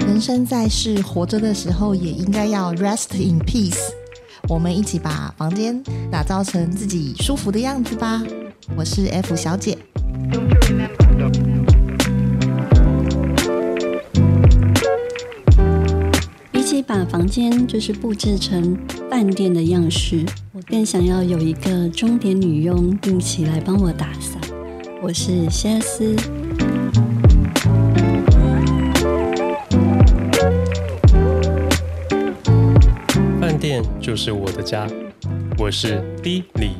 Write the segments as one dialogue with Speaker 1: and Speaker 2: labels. Speaker 1: 人生在世，活着的时候也应该要 rest in peace。我们一起把房间打造成自己舒服的样子吧。我是 F 小姐。
Speaker 2: 比起把房间就是布置成饭店的样式，我更想要有一个钟点女佣定期来帮我打扫。我是谢思。
Speaker 3: 饭店就是我的家，我是 D 李。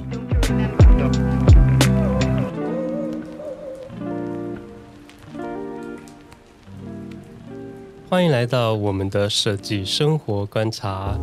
Speaker 3: 欢迎来到我们的设计生活观察。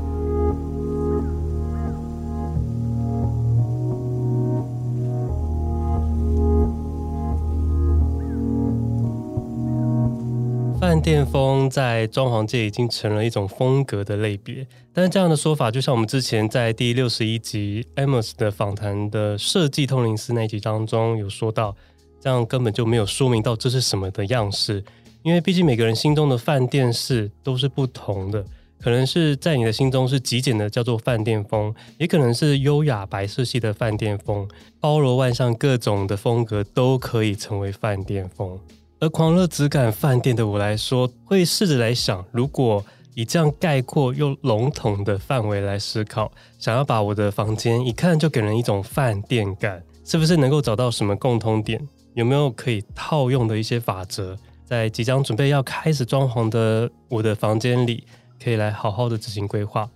Speaker 3: 饭店风在装潢界已经成了一种风格的类别，但是这样的说法，就像我们之前在第六十一集 Amos 的访谈的设计通灵师那一集当中有说到，这样根本就没有说明到这是什么的样式，因为毕竟每个人心中的饭店式都是不同的，可能是在你的心中是极简的叫做饭店风，也可能是优雅白色系的饭店风，包罗万象，各种的风格都可以成为饭店风。而狂热只赶饭店的我来说，会试着来想，如果以这样概括又笼统的范围来思考，想要把我的房间一看就给人一种饭店感，是不是能够找到什么共通点？有没有可以套用的一些法则，在即将准备要开始装潢的我的房间里，可以来好好的执行规划？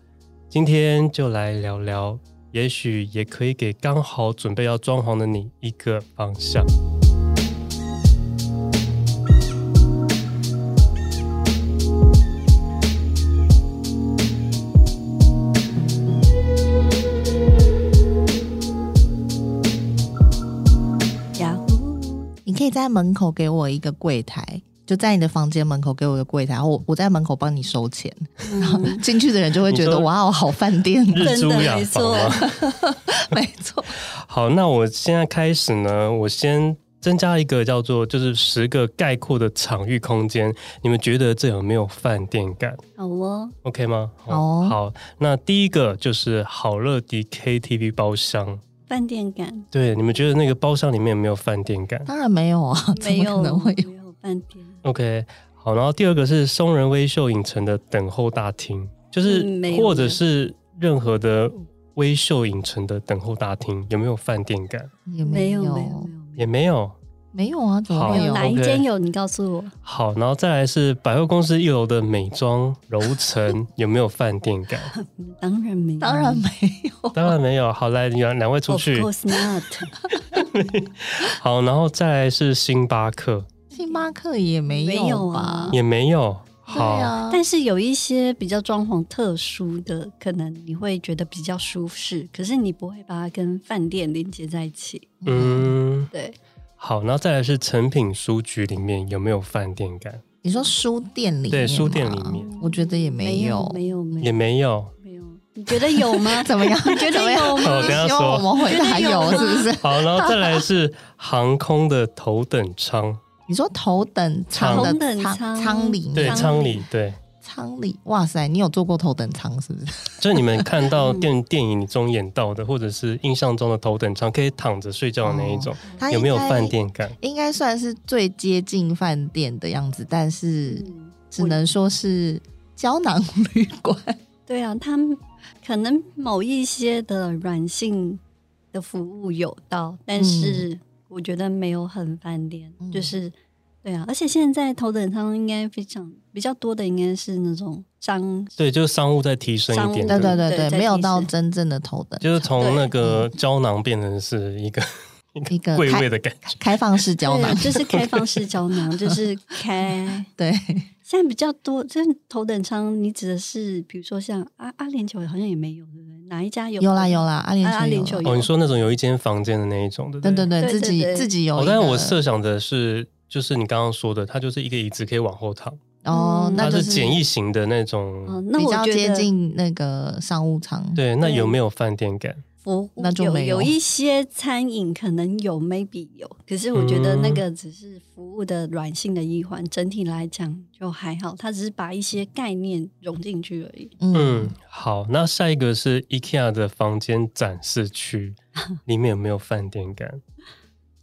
Speaker 3: 今天就来聊聊，也许也可以给刚好准备要装潢的你一个方向。
Speaker 2: 呀呼！
Speaker 1: 你可以在门口给我一个柜台，就在你的房间门口给我一个柜台，我我在门口帮你收钱，
Speaker 2: 嗯
Speaker 1: 进去的人就会觉
Speaker 3: 你
Speaker 1: 得
Speaker 3: 说
Speaker 1: 哇哦，好饭店，
Speaker 3: 日
Speaker 2: 真
Speaker 3: 租
Speaker 2: 的
Speaker 3: 雅
Speaker 2: 没
Speaker 3: 房
Speaker 2: 错
Speaker 3: 吗？
Speaker 1: 没错，
Speaker 3: 好，那我现在开始呢，我先增加一个叫做就是十个概括的场域空间，你们觉得这有没有饭店感
Speaker 2: 好哦，
Speaker 3: ？OK 吗？好
Speaker 1: 好哦
Speaker 3: 好，那第一个就是好乐迪 KTV 包厢，
Speaker 2: 饭店感
Speaker 3: 对，你们觉得那个包厢里面有没有饭店感
Speaker 1: 当然没有啊，怎
Speaker 2: 没
Speaker 1: 么可
Speaker 2: 有
Speaker 1: 能会有？
Speaker 2: 没有饭店，
Speaker 3: ？OK，好，然后第二个是松仁微秀影城的等候大厅，就是、
Speaker 2: 嗯没有
Speaker 3: 或者是任何的微秀影城的等候大厅，有没有饭店感？
Speaker 1: 也
Speaker 2: 没有
Speaker 1: 有，
Speaker 2: 没有没有
Speaker 3: 也没有。
Speaker 1: 没有啊，怎么
Speaker 3: 好
Speaker 1: 会有
Speaker 2: 没有，？哪一
Speaker 3: OK
Speaker 2: 间有？你告诉我。
Speaker 3: 好，然后再来是百货公司一楼的美妆柔城有没有饭店感？
Speaker 2: 当然没有，
Speaker 1: 当然没有，
Speaker 3: 当然没有。好，来两两位出
Speaker 2: Of
Speaker 3: 去。
Speaker 2: course not。
Speaker 3: 好，然后再来是星巴克
Speaker 1: 星巴克也没
Speaker 2: 没有
Speaker 1: 吧？
Speaker 2: 啊
Speaker 3: 也没有。
Speaker 1: 对
Speaker 3: 好，
Speaker 1: 啊，
Speaker 2: 但是有一些比较装潢特殊的，可能你会觉得比较舒适，可是你不会把它跟饭店连接在一起。
Speaker 3: 嗯，
Speaker 2: 对，
Speaker 3: 好，然后再来是诚品书局里面有没有饭店感？
Speaker 1: 你说书店里面
Speaker 3: 对书店
Speaker 1: 吗
Speaker 3: 里面
Speaker 1: 我觉得也没有。？
Speaker 2: 没有，没
Speaker 3: 也
Speaker 2: 有，
Speaker 3: 没有。
Speaker 2: 没有。你觉得有吗
Speaker 1: 怎么样？
Speaker 2: 你觉
Speaker 1: 怎么
Speaker 2: 得
Speaker 1: 样
Speaker 2: 有
Speaker 3: 好
Speaker 2: 吗
Speaker 3: 哦等？一下
Speaker 1: 希望我
Speaker 3: 说
Speaker 1: 们回答
Speaker 2: 觉得
Speaker 1: 有
Speaker 2: 有吗
Speaker 1: 是不 是？
Speaker 3: 好，然后再来是航空的头等舱，
Speaker 1: 你说头等舱
Speaker 2: 头
Speaker 1: 的
Speaker 2: 等
Speaker 1: 舱
Speaker 2: 舱
Speaker 1: 舱里
Speaker 3: 对
Speaker 1: 面，
Speaker 3: 舱里，对，
Speaker 1: 舱里，哇塞，你有坐过头等舱是不是？
Speaker 3: 就是你们看到电电影中演到的，或者是印象中的头等舱，可以躺着睡觉的那一种，
Speaker 1: 它
Speaker 3: 有没有
Speaker 1: 应该
Speaker 3: 饭？店感？
Speaker 1: 应该算是最接近饭店的样子，但是
Speaker 2: 嗯
Speaker 1: 只能说是胶囊旅 馆。
Speaker 2: 对啊，他们可能某一些的软性的服务有到，但是我觉得没有很饭店，
Speaker 1: 嗯
Speaker 2: 就是对啊，而且现在头等舱应该非常比较多的，应该是那种商
Speaker 3: 对，就是商务再提升一点
Speaker 2: 嗯
Speaker 3: 的，
Speaker 1: 对对嗯对
Speaker 2: 对
Speaker 1: 对，
Speaker 2: 在
Speaker 1: 没有
Speaker 2: 地
Speaker 1: 到
Speaker 2: 市
Speaker 1: 真正的头等舱，
Speaker 3: 就是从那个胶囊变成是一个
Speaker 1: 一个
Speaker 3: 贵
Speaker 1: 开
Speaker 3: 位的感觉。
Speaker 1: 开放式胶囊
Speaker 2: 对，。啊就是开放式胶 囊，就是开。
Speaker 1: 对，
Speaker 2: 现在比较多，就是头等舱，你指的是比如说像阿阿联酋好像也没有，对不对？哪一家有？
Speaker 1: 有啦有啦，阿联
Speaker 2: 阿阿联
Speaker 1: 酋有
Speaker 2: 酋
Speaker 1: 啦。
Speaker 2: 有
Speaker 3: 哦，你说那种有一间房间的那一种，对不
Speaker 1: 对对
Speaker 3: 对？
Speaker 1: 对，
Speaker 2: 对
Speaker 1: 自
Speaker 2: 对
Speaker 1: 己
Speaker 2: 对
Speaker 1: 自己有一
Speaker 3: 哦，
Speaker 1: 个。
Speaker 3: 但是我设想的是，就是你刚刚说的，它就是一个椅子可以往后躺，
Speaker 1: 哦，
Speaker 2: 嗯
Speaker 1: 那
Speaker 3: 它
Speaker 1: 就是哦
Speaker 3: 简易型的那种。
Speaker 2: 嗯，那
Speaker 1: 比
Speaker 2: 我
Speaker 1: 较
Speaker 2: 觉
Speaker 1: 接
Speaker 2: 得
Speaker 1: 近那个商务舱。
Speaker 3: 对，那
Speaker 2: 对
Speaker 3: 有没有饭店感？
Speaker 2: 服务
Speaker 1: 那就
Speaker 2: 有
Speaker 1: 没有
Speaker 2: 有一些餐饮可能有，maybe 有，可是我觉得
Speaker 3: 嗯
Speaker 2: 那个只是服务的软性的一环，整体来讲就还好，它只是把一些概念融进去而已。
Speaker 1: 嗯，
Speaker 3: 嗯，好，那下一个是 IKEA 的房间展 示区，里面有没有饭店感？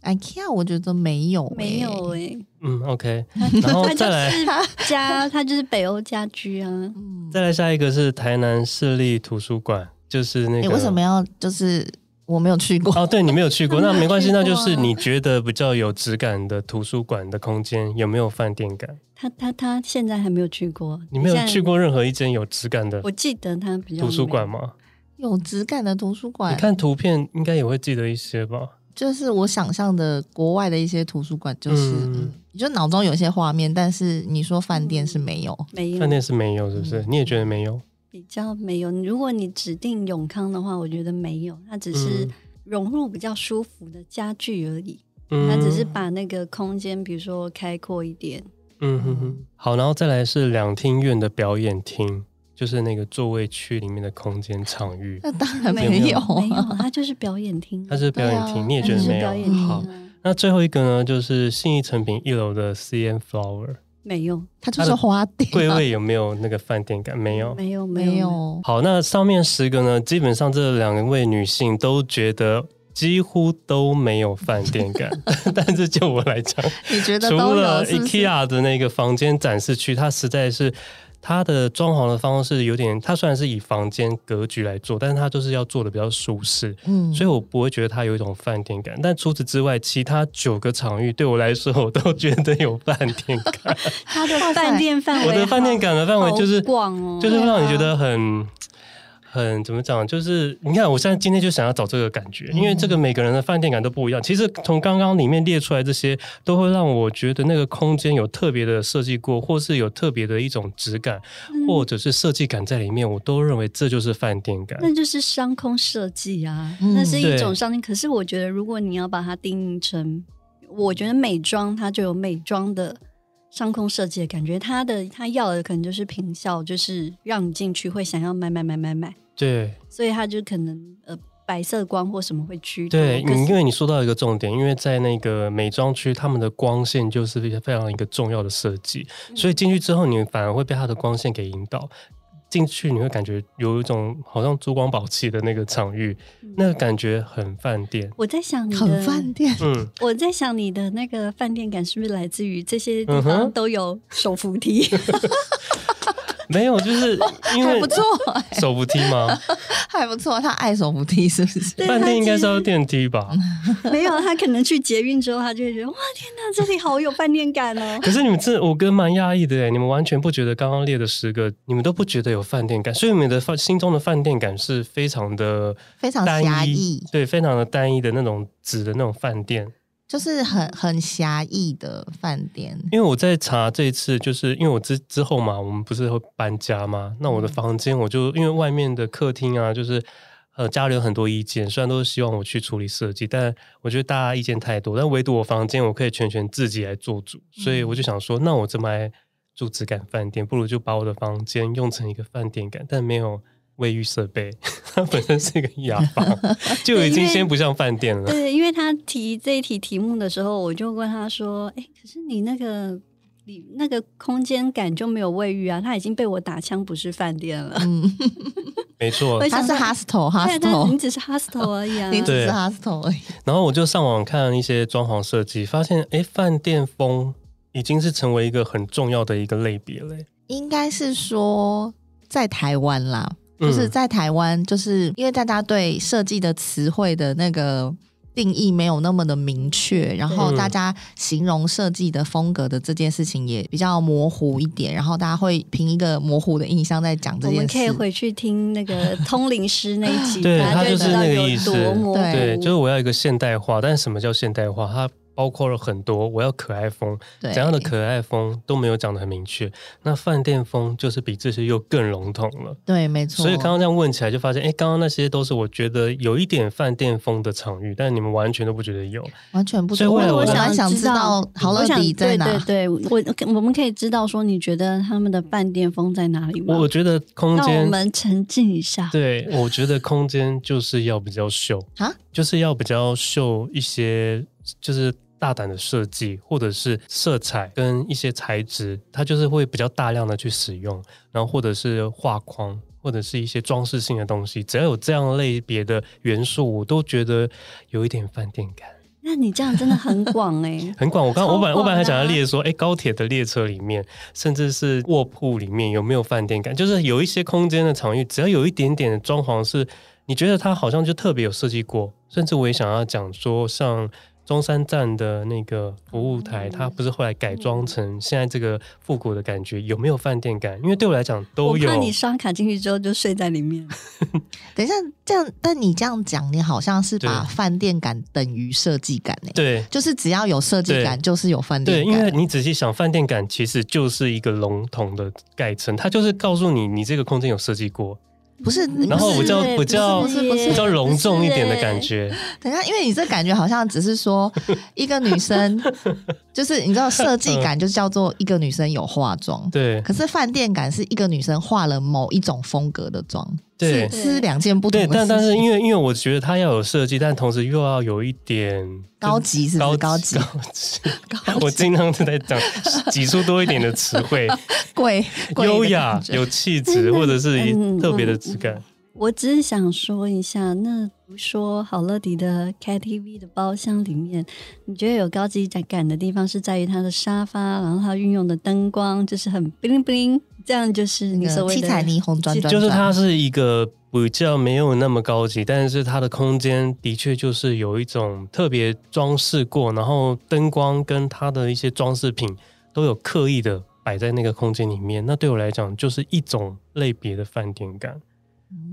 Speaker 1: IKEA 我觉得没有、欸，
Speaker 2: 没有 诶、
Speaker 3: 嗯，OK，
Speaker 2: 它
Speaker 3: 然后
Speaker 2: 它就
Speaker 3: 再来
Speaker 2: 是家，它就是北欧家居啊。
Speaker 1: 嗯，
Speaker 3: 再来下一个是台南市立图书馆，就是那
Speaker 1: 你、
Speaker 3: 个
Speaker 1: 为什么要就是我没有去过？
Speaker 3: 哦，对你没有 去过，那没关系，
Speaker 2: 我没
Speaker 3: 那
Speaker 2: 有去
Speaker 3: 就
Speaker 2: 过啊
Speaker 3: 是你觉得比较有质感的图书馆的空间有没有饭店感？
Speaker 2: 他他他现在还没有去过，
Speaker 3: 你没有
Speaker 2: 现在
Speaker 3: 去？过任何一间有质感的
Speaker 2: 我记得他比较
Speaker 3: 图书馆
Speaker 2: 没
Speaker 3: 吗？
Speaker 1: 有质感的图书
Speaker 3: 你
Speaker 1: 馆，
Speaker 3: 看图片应该也会记得一些吧？
Speaker 1: 就是我想象的国外的一些图书馆，就是
Speaker 3: 嗯
Speaker 1: 嗯，你就脑中有些画面，但是你说饭店是没有。
Speaker 2: 没有
Speaker 3: 饭店是没有，是不
Speaker 2: 嗯
Speaker 3: 是？你也觉得没有？
Speaker 2: 比较没有。如果你指定永康的话，我觉得没有，它只是
Speaker 3: 嗯
Speaker 2: 融入比较舒服的家具而已。
Speaker 3: 嗯，
Speaker 2: 它只是把那个空间，比如说开阔一点。
Speaker 3: 嗯哼哼，好，然后再来是两厅院的表演厅，就是那个座位区里面的空间场域，
Speaker 2: 嗯
Speaker 1: 那当然
Speaker 3: 没
Speaker 1: 没有
Speaker 2: 没有
Speaker 1: 啊，，
Speaker 2: 它就是表演厅啊，
Speaker 3: 它是表演
Speaker 1: 对啊
Speaker 3: 厅，你也
Speaker 2: 它
Speaker 3: 觉
Speaker 2: 只
Speaker 3: 得
Speaker 2: 是
Speaker 3: 没
Speaker 2: 表演厅
Speaker 3: 有？好，
Speaker 2: 啊，
Speaker 3: 那最后一个呢，就是信义成品一楼的 C N Flower
Speaker 2: 没有，
Speaker 1: 它就是花店啊
Speaker 3: 柜位有没有那个饭店感？没有。
Speaker 2: 没有，
Speaker 1: 没
Speaker 2: 没有。
Speaker 1: 有。
Speaker 3: 好，那上面十个呢，基本上这两位女性都觉得几乎都没有饭店 感，但是就我来讲，
Speaker 1: 你觉得
Speaker 3: 除
Speaker 1: 都
Speaker 3: 了
Speaker 1: 有是不是？
Speaker 3: IKEA 的那个房间展示区，它实在是它的装潢的方式有点，它虽然是以房间格局来做，但是它就是要做的比较舒适，
Speaker 1: 嗯
Speaker 3: 所以我不会觉得它有一种饭店感。但除此之外，其他九个场域对我来说，我都觉得有饭店 感。
Speaker 2: 它的饭店范围
Speaker 3: 我
Speaker 2: 好，
Speaker 3: 的饭店感的范围就是
Speaker 2: 好广哦，
Speaker 3: 就是会让你觉
Speaker 1: 对
Speaker 3: 得很。很怎么讲？就是你看，我现在今天就想要找这个感觉，因为这个每个人的饭店感都不一样。其实从刚刚里面列出来这些，都会让我觉得那个空间有特别的设计过，或是有特别的一种质感，或者是设计感在里面，我都认为这就是饭店感。
Speaker 2: 那就是商空设计啊，
Speaker 1: 嗯
Speaker 2: 那是一种
Speaker 3: 对
Speaker 2: 商品。可是我觉得，如果你要把它定义成，我觉得美妆它就有美妆的商空设计的感觉，它的它要的可能就是平效，就是让你进去会想要买买买买买，
Speaker 3: 对
Speaker 2: 所以它就可能呃白色光或什么会居多。
Speaker 3: 对，
Speaker 2: 可
Speaker 3: 你因
Speaker 2: 是
Speaker 3: 为你说到一个重点，因为在那个美妆区，他们的光线就是非常一个重要的设计，
Speaker 2: 嗯
Speaker 3: 所以进去之后，你反而会被它的光线给引导。进去你会感觉有一种好像珠光宝气的那个场域，
Speaker 2: 嗯
Speaker 3: 那个感觉很饭店。
Speaker 2: 我在想你
Speaker 1: 很饭
Speaker 2: 的。
Speaker 1: 店，
Speaker 3: 嗯，
Speaker 2: 我在想你的那个饭店感是不是来自于这些地
Speaker 3: 嗯
Speaker 2: 方
Speaker 3: 哼
Speaker 2: 都有手 扶梯？
Speaker 3: 没有，就是因
Speaker 1: 还
Speaker 3: 为
Speaker 1: 不错，
Speaker 2: 欸
Speaker 3: 手扶梯 吗？
Speaker 1: 还不错。他爱手扶梯是不是？
Speaker 2: 对
Speaker 3: 饭店应该是
Speaker 2: 它
Speaker 3: 要电梯吧？
Speaker 2: 没有，他可能去捷运之后，他就会觉得哇，天哪，这里好有饭店 感哦。
Speaker 3: 可是你们这我跟蛮讶异的哎，你们完全不觉得刚刚列的十个，你们都不觉得有饭店感，所以你们的饭心中的饭店感是非常的
Speaker 1: 非常
Speaker 3: 单
Speaker 1: 狭
Speaker 3: 一
Speaker 1: 义，，
Speaker 3: 对，非常的单一的那种纸的那种饭店。
Speaker 1: 就是很很狭义的饭店。
Speaker 3: 因为我在查这一次，就是因为我之之后嘛，我们不是会搬家嘛，那我的房间我就因为外面的客厅啊，就是。呃，家里有很多意见，虽然都是希望我去处理设计，但我觉得大家意见太多。但唯独我房间，我可以全权自己来做主，所以我就想说，那我这么爱住质感饭店，不如就把我的房间用成一个饭店感，但没有卫浴设备， 它本身是一个 雅房，就已经先不像饭店了。
Speaker 2: 对，因为他提这一题题目的时候，我就问他说：“哎，可是你那个你那个空间感就没有卫浴啊？他已经被我打枪，不是饭店了。
Speaker 1: 嗯，
Speaker 3: 没错，
Speaker 2: 对
Speaker 1: 它是
Speaker 2: 想到 对，但
Speaker 1: hostel，hostel，
Speaker 2: 你只是 hostel 而已啊。
Speaker 1: 你只是
Speaker 3: 对
Speaker 1: hostel 而已。
Speaker 3: 然后我就上网看一些装潢设计，发现哎，饭店风已经是成为一个很重要的一个类别了。
Speaker 1: 应该是说在台湾啦，
Speaker 3: 嗯
Speaker 1: 就是在台湾，就是因为大家对设计的词汇的那个定义没有那么的明确，然后
Speaker 3: 嗯
Speaker 1: 大家形容设计的风格的这件事情也比较模糊一点，然后大家会凭一个模糊的印象在讲这
Speaker 2: 我
Speaker 1: 件
Speaker 2: 们
Speaker 1: 事。
Speaker 2: 可以回去听 那个通灵师那一集，
Speaker 3: 对
Speaker 2: 大家
Speaker 3: 他
Speaker 2: 会
Speaker 3: 就是
Speaker 2: 知道
Speaker 3: 那个
Speaker 2: 有
Speaker 3: 意思
Speaker 2: 多模糊
Speaker 1: 对
Speaker 3: 对，就是我要一个现代化，但是什么叫现代化？它包括了很多，我要可爱风，
Speaker 1: 对，
Speaker 3: 怎样的可爱风都没有讲得很明确。那饭店风就是比这些又更笼统了。
Speaker 1: 对，没错。
Speaker 3: 所以刚刚这样问起来，就发现，哎，刚刚那些都是我觉得有一点饭店风的场域，但你们完全都不觉得有。
Speaker 1: 完全不
Speaker 3: 所以
Speaker 1: 懂
Speaker 3: 未来我
Speaker 1: 我
Speaker 3: 们
Speaker 1: 蛮想知道好乐
Speaker 2: 我想
Speaker 1: 迪在哪。
Speaker 2: 对对对，我我们可以知道说，你觉得他们的饭店风在哪里吗？
Speaker 3: 我觉得空
Speaker 2: 让我
Speaker 3: 间，
Speaker 2: 们沉浸一下。
Speaker 3: 对我觉得空间就是要比较秀
Speaker 1: 啊，
Speaker 3: 就是要比较秀一些，就是。大胆的设计，或者是色彩跟一些材质，它就是会比较大量的去使用，然后或者是画框，或者是一些装饰性的东西，只要有这样类别的元素，我都觉得有一点饭店感。
Speaker 2: 那你这样真的很 广哎、
Speaker 3: 很广。我刚
Speaker 2: 超
Speaker 3: 我本来我本来还
Speaker 2: 广
Speaker 3: 想
Speaker 2: 的啊
Speaker 3: 要列说，哎、高铁的列车里面，甚至是卧铺里面有没有饭店感？就是有一些空间的场域，只要有一点点的装潢是，你觉得它好像就特别有设计过。甚至我也想要讲说，像中山站的那个服务台，
Speaker 2: 哦
Speaker 3: 它不是后来改装成现在这个复古的感觉，有没有饭店感？因为对我来讲都
Speaker 2: 我
Speaker 3: 有
Speaker 2: 怕。你刷卡进去之后就睡在里面。
Speaker 1: 等一下，这样，但你这样讲，你好像是把
Speaker 3: 对
Speaker 1: 饭店感等于设计感呢、
Speaker 3: 对，
Speaker 1: 就是只要有设计感，就是有饭
Speaker 3: 对，
Speaker 1: 店
Speaker 3: 因
Speaker 1: 感
Speaker 3: 为。你仔细想，饭店感其实就是一个笼统的概称，它就是告诉你，你这个空间有设计过，
Speaker 1: 不是，
Speaker 3: 然后
Speaker 1: 不
Speaker 3: 我
Speaker 1: 是
Speaker 3: 就要比较
Speaker 2: 不是不是
Speaker 3: 比较隆重一点的
Speaker 2: 不是
Speaker 3: 感觉。
Speaker 1: 等一下，因为你这感觉好像只是 说一个女生，就是你知道设计感就叫做一个女生有化妆，
Speaker 3: 对
Speaker 1: 可是饭店感是一个女生化了某一种风格的妆，
Speaker 3: 对
Speaker 1: 是是两件不同
Speaker 3: 对，
Speaker 1: 的事情。
Speaker 3: 但但是因为因为我觉得它要有设计，但同时又要有一点
Speaker 1: 高级是不是
Speaker 3: 高
Speaker 1: 高级
Speaker 3: 高级， 我尽量都在讲挤出多一点的词汇，
Speaker 1: 贵贵的
Speaker 3: 优雅
Speaker 1: 感、觉
Speaker 3: 有气质，或者是一
Speaker 2: 嗯嗯
Speaker 3: 特别的质感。
Speaker 2: 我只是想说一下，那比如说好乐迪的 KTV 的包厢里面，你觉得有高级感的地方是在于它的沙发，然后它运用的灯光就是很 bling bling，这样就是你
Speaker 1: 那
Speaker 2: 所
Speaker 1: 个
Speaker 2: 谓
Speaker 1: 七彩
Speaker 2: 的。
Speaker 1: 霓虹转转，
Speaker 3: 就是它是一个比较没有那么高级，但是它的空间的确就是有一种特别装饰过，然后灯光跟它的一些装饰品都有刻意的摆在那个空间里面。那对我来讲，就是一种类别的饭店感，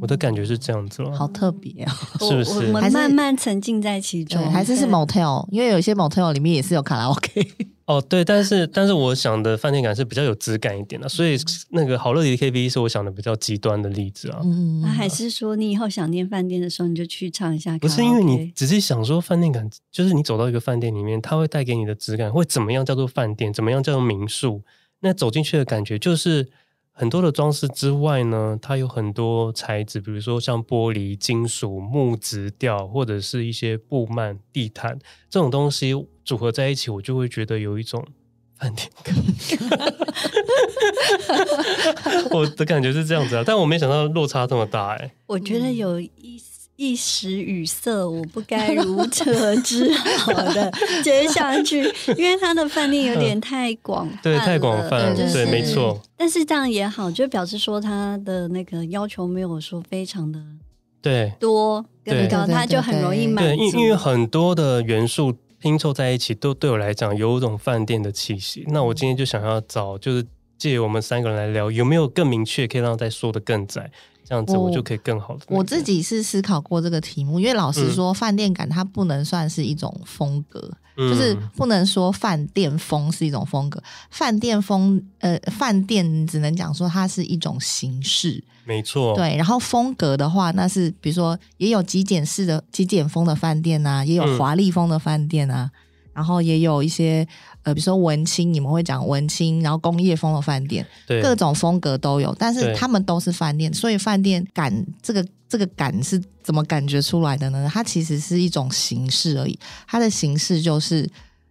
Speaker 3: 我的感觉是这样子了。
Speaker 1: 好特别哦。
Speaker 2: 我
Speaker 3: 是不是
Speaker 2: 我
Speaker 1: 还是
Speaker 2: 们慢慢沉浸在其
Speaker 1: 对
Speaker 2: 中，，
Speaker 1: 哦还是是
Speaker 2: 对
Speaker 1: motel，因为有一些 motel 里面也是有卡拉 OK。
Speaker 3: 哦，对，但是但是我想的饭店感是比较有质感一点的，所以那个好乐迪 KTV 是我想的比较极端的例子啊。
Speaker 1: 嗯
Speaker 2: 那还是说你以后想念饭店的时候，你就去唱一下。
Speaker 3: 不是因为你，仔细想说饭店感，就是你走到一个饭店里面，它会带给你的质感会怎么样叫做饭店，怎么样叫做民宿？那走进去的感觉就是很多的装饰之外呢，它有很多材质，比如说像玻璃、金属、木质调，或者是一些布幔、地毯这种东西组合在一起，我就会觉得有一种 饭店感。 我的感觉是这样子啊，但我没想到落差这么大哎、
Speaker 2: 我觉得有一丝一时语塞，我不该如者之好 的接下去，因为他的饭店有点太广泛了，
Speaker 3: 嗯对，太广泛了，嗯
Speaker 1: 对
Speaker 3: 对，
Speaker 1: 是
Speaker 3: 没错。。
Speaker 2: 但是这样也好，就表示说他的那个要求没有说非常的
Speaker 3: 对
Speaker 2: 多
Speaker 3: 对
Speaker 2: 跟高，
Speaker 1: 对对
Speaker 2: 他就很容易满
Speaker 3: 对，因
Speaker 2: 足
Speaker 3: 因。为很多的元素拼凑在一起，都对我来讲有一种饭店的气息。那我今天就想要找，就是借我们三个人来聊，有没有更明确可以让再说的更窄，这样子
Speaker 1: 我
Speaker 3: 我就可以更好的。
Speaker 1: 哦我自己是思考过这个题目，因为老实说，饭店感它不能算是一种风格，
Speaker 3: 嗯
Speaker 1: 就是不能说饭店风是一种风格。饭店风，呃，饭店只能讲说它是一种形式，
Speaker 3: 没错，
Speaker 1: 对。然后风格的话，那是比如说也有极简式的极简风的饭店啊，也有
Speaker 3: 嗯
Speaker 1: 华丽风的饭店啊，然后也有一些呃，比如说文青，你们会讲文青，然后工业风的饭店。
Speaker 3: 对
Speaker 1: 各种风格都有，但是
Speaker 3: 对
Speaker 1: 他们都是饭店，所以饭店感这个这个感是怎么感觉出来的呢？它其实是一种形式而已，它的形式就是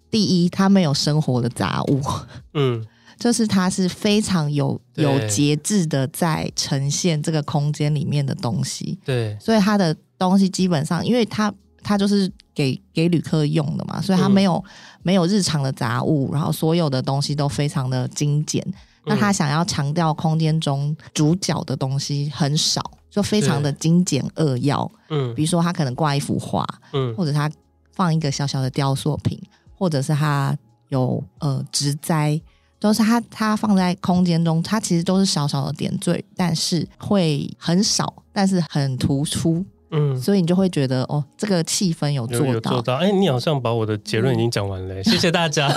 Speaker 1: 第一，它没有生活的杂物，
Speaker 3: 嗯，
Speaker 1: 就是它是非常有
Speaker 3: 对
Speaker 1: 有节制的在呈现这个空间里面的东西，
Speaker 3: 对
Speaker 1: 所以它的东西基本上，因为它它就是给给旅客用的嘛，所以它
Speaker 3: 嗯
Speaker 1: 没有、没有日常的杂物，然后所有的东西都非常的精简。那他想要强调空间中主角的东西很少，就非常的精简扼要。
Speaker 3: 嗯
Speaker 1: 比如说，他可能挂一幅画，
Speaker 3: 嗯
Speaker 1: 或者他放一个小小的雕塑品，或者是他有呃植栽，都是他他放在空间中，它其实都是小小的点缀，但是会很少，但是很突出。
Speaker 3: 嗯，
Speaker 1: 所以你就会觉得哦，这个气氛有
Speaker 3: 有有
Speaker 1: 做到。
Speaker 3: 做到。哎，你好像把我的结论已经讲完了，谢谢 大家。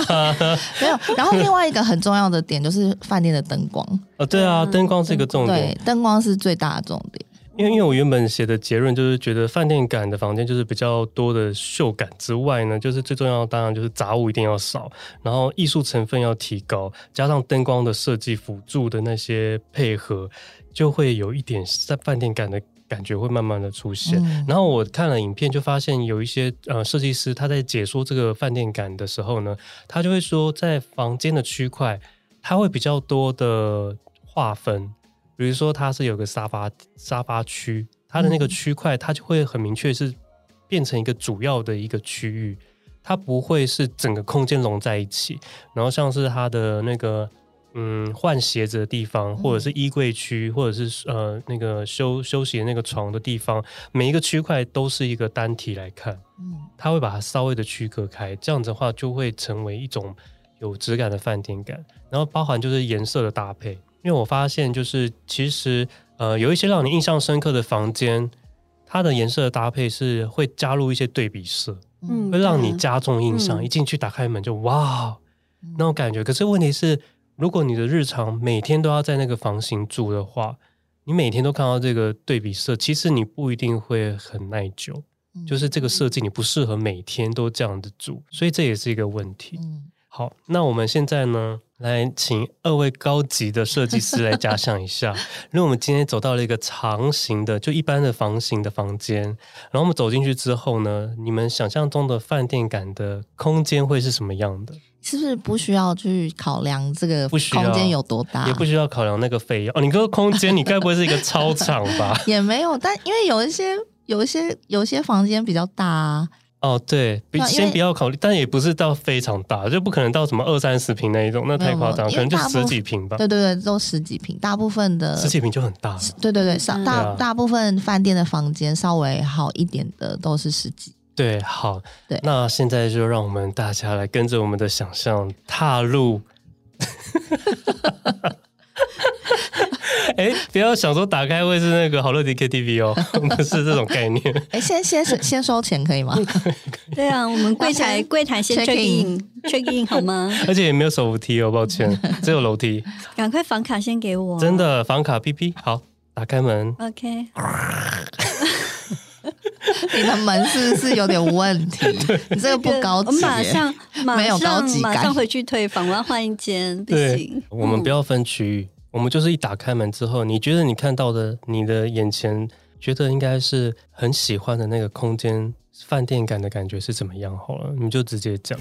Speaker 1: 没有，然后另外一个很重要的点就是饭店的灯光，
Speaker 3: 哦，对啊，灯光是一个重
Speaker 1: 对，，
Speaker 3: 点
Speaker 1: 嗯灯光是最大的重点。
Speaker 3: 因为因为我原本写的结论就是觉得饭店感的房间就是比较多的秀感之外呢，就是最重要的当然就是杂物一定要少，然后艺术成分要提高，加上灯光的设计辅助的那些配合，就会有一点在饭店感的感觉会慢慢的出现。
Speaker 1: 嗯
Speaker 3: 然后我看了影片，就发现有一些呃设计师他在解说这个饭店感的时候呢，他就会说在房间的区块，他会比较多的划分，比如说它是有个沙发沙发区，它的那个区块它就会很明确是变成一个主要的一个区域，它不会是整个空间融在一起。然后像是它的那个嗯换鞋子的地方，或者是衣柜区，或者是呃那个休休息的那个床的地方，每一个区块都是一个单体来看，
Speaker 1: 嗯，
Speaker 3: 它会把它稍微的区隔开，这样子的话就会成为一种有质感的饭店感。然后包含就是颜色的搭配，因为我发现就是其实呃有一些让你印象深刻的房间，它的颜色的搭配是会加入一些对比色。
Speaker 2: 嗯
Speaker 3: 会让你
Speaker 2: 对啊
Speaker 3: 加重印象。
Speaker 2: 嗯
Speaker 3: 一进去打开门就哇那种感觉。可是问题是，如果你的日常每天都要在那个房型住的话，你每天都看到这个对比色，其实你不一定会很耐久。
Speaker 1: 嗯
Speaker 3: 就是这个设计，你不适合每天都这样子住，所以这也是一个问题。
Speaker 1: 嗯，
Speaker 3: 好，那我们现在呢，来请二位高级的设计师来假想一 下，因为我们今天走到了一个长形的，就一般的房型的房间，然后我们走进去之后呢，你们想象中的饭店感的空间会是什么样的？
Speaker 1: 是不是不需要去考量这个
Speaker 3: 不需要
Speaker 1: 空间有多大？？
Speaker 3: 也不需要考量那个费用哦。你说空间，你该不会是一个操场吧
Speaker 1: 也没有，但因为有一些、有一些、有一些房间比较大啊，
Speaker 3: 哦，对，比
Speaker 1: 对啊因为
Speaker 3: 先不要考虑，但也不是到非常大，就不可能到什么二三十平那一种，那太夸张，
Speaker 1: 没
Speaker 3: 可
Speaker 1: 有没有
Speaker 3: 能就
Speaker 1: 因为大部
Speaker 3: 十几平吧，
Speaker 1: 对对对，都十几平，大部分的
Speaker 3: 十几平就很大了。
Speaker 1: 对对对，上
Speaker 3: 对
Speaker 1: 大
Speaker 3: 啊
Speaker 1: 大部分饭店的房间稍微好一点的都是十几。
Speaker 3: 对，好，
Speaker 1: 对
Speaker 3: 那现在就让我们大家来跟着我们的想象踏入。哎，不要想说打开会是那个好乐迪 KTV 哦， 不是这种概念。
Speaker 1: 哎，先先先收钱可以吗？
Speaker 2: 对啊，我们柜
Speaker 1: 那
Speaker 2: 台
Speaker 1: 先
Speaker 2: 柜台先
Speaker 1: check
Speaker 2: check in，check in 好吗？
Speaker 3: 而且也没有手扶梯哦，抱歉，只有楼梯。
Speaker 2: 赶快房卡先给我，
Speaker 3: 真的，房卡 PP 好，打开门。
Speaker 2: OK。
Speaker 1: 你的门是不是有点问题？你这个不高
Speaker 2: 我
Speaker 1: 级
Speaker 2: 马
Speaker 1: 耶。
Speaker 2: 上马
Speaker 1: 没有高
Speaker 2: 上
Speaker 1: 级感
Speaker 2: 马上回去退房，我要换一间，不行
Speaker 3: 对，。我们不要分区域，我们就是一打开门之后，你觉得你看到的，你的眼前觉得应该是很喜欢的那个空间，饭店感的感觉是怎么样？好了，你就直 接讲。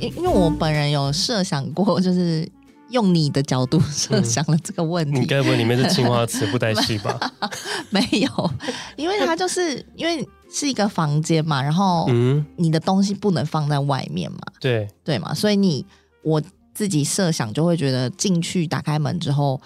Speaker 1: 因因为我本人有设想过，就是用你的角度设想了这个问
Speaker 3: 你
Speaker 1: 题，
Speaker 3: 该不会里面是青花瓷布袋戏 吧？
Speaker 1: 没有，因为它就是因为是一个房间嘛，然后
Speaker 3: 嗯，
Speaker 1: 你的东西不能放在外面嘛，
Speaker 3: 对，
Speaker 1: 对嘛？所以你我自己设想就会觉得进去打开门之后，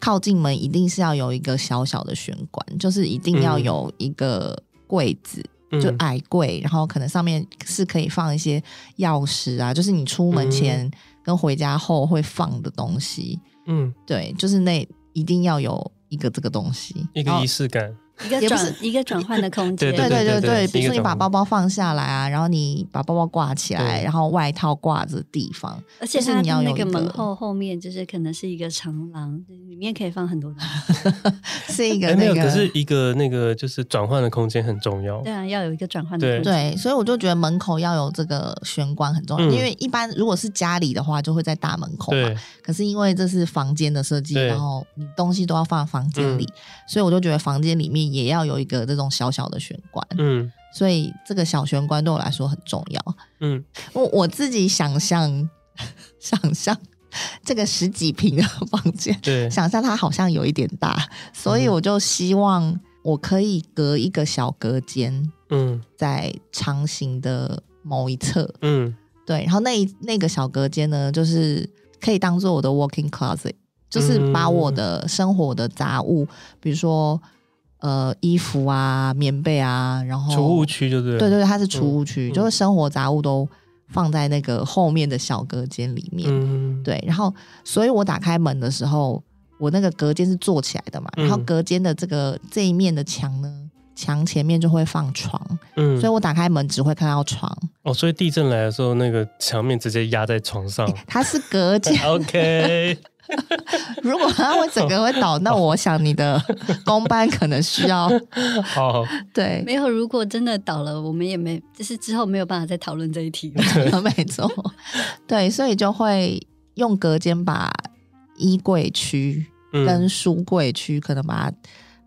Speaker 1: 靠近门一定是要有一个小小的玄关，就是一定要
Speaker 3: 嗯
Speaker 1: 有一个柜子，
Speaker 3: 嗯
Speaker 1: 就啊矮柜，然后可能上面是可以放一些钥匙啊，就是你出门前跟回家后会放的东西。
Speaker 3: 嗯，
Speaker 1: 对，就是那一定要有一个这个东西，
Speaker 3: 一
Speaker 1: 然
Speaker 3: 个
Speaker 1: 后
Speaker 3: 仪式感，
Speaker 1: 哦
Speaker 2: 一个
Speaker 1: 也不
Speaker 2: 转一个转换的空间，
Speaker 1: 对对对
Speaker 3: 对对
Speaker 1: 对，比如说你
Speaker 3: 一个
Speaker 1: 把
Speaker 3: 掌握
Speaker 1: 包包放下来啊，然后你把包包挂起来，
Speaker 3: 对
Speaker 1: 然后外套挂着地方，
Speaker 2: 而且
Speaker 1: 就是
Speaker 2: 它
Speaker 1: 你要有一
Speaker 2: 那
Speaker 1: 个
Speaker 2: 个门后后面就是可能是一个长廊，里面可以放很多东
Speaker 3: 哦
Speaker 2: 西。
Speaker 1: 是一个
Speaker 3: 哎，
Speaker 1: 那
Speaker 3: 没有，
Speaker 1: 个。
Speaker 3: 可是一个那个就是转换的空间很重 要
Speaker 2: 对。啊，要有一个转换的
Speaker 3: 对
Speaker 2: 空间。
Speaker 1: 对，所以我就觉得门口要有这个玄关很重要，
Speaker 3: 嗯
Speaker 1: 因为一般如果是家里的话，就会在大门口嘛
Speaker 3: 对。，
Speaker 1: 可是因为这是房间的设计，
Speaker 3: 对嗯
Speaker 1: 然后你东西都要放房间里，所以我就觉得房间里面也要有一个这种小小的玄关。
Speaker 3: 嗯
Speaker 1: 所以这个小玄关对我来说很重要。
Speaker 3: 嗯，
Speaker 1: 我我自己想象， 想象这个十几平的房间，
Speaker 3: 对，
Speaker 1: 想象它好像有一点大，所以
Speaker 3: 嗯
Speaker 1: 我就希望我可以隔一个小隔间，
Speaker 3: 嗯
Speaker 1: 在长形的某一侧，
Speaker 3: 嗯
Speaker 1: 对，然后那一那个小隔间呢，就是可以当做
Speaker 3: 嗯
Speaker 1: 我的 walking closet，就是把我的生活的杂物，比如说呃衣服啊、棉被啊，然后
Speaker 3: 储物区就对了，
Speaker 1: 对对对，它是储物区，
Speaker 3: 嗯
Speaker 1: 就是生活杂物都放在那个后面的小隔间里面。
Speaker 3: 嗯，
Speaker 1: 对，然后所以我打开门的时候，我那个隔间是做起来的嘛，
Speaker 3: 嗯
Speaker 1: 然后隔间的这个这一面的墙呢，墙前面就会放床，
Speaker 3: 嗯，
Speaker 1: 所以我打开门只会看到床，
Speaker 3: 哦，所以地震来的时候，那个墙面直接压在 床上。。
Speaker 1: 它是隔间
Speaker 3: OK，
Speaker 1: 如果它会整个会倒，那我想你的公班可能需 要
Speaker 3: 好，
Speaker 1: 对，
Speaker 2: 没有，如果真的倒了，我们也没，就是之后没有办法再讨论这一题了。
Speaker 1: 没错，对，所以就会用隔间把衣柜区跟
Speaker 3: 嗯，
Speaker 1: 书柜区可能把它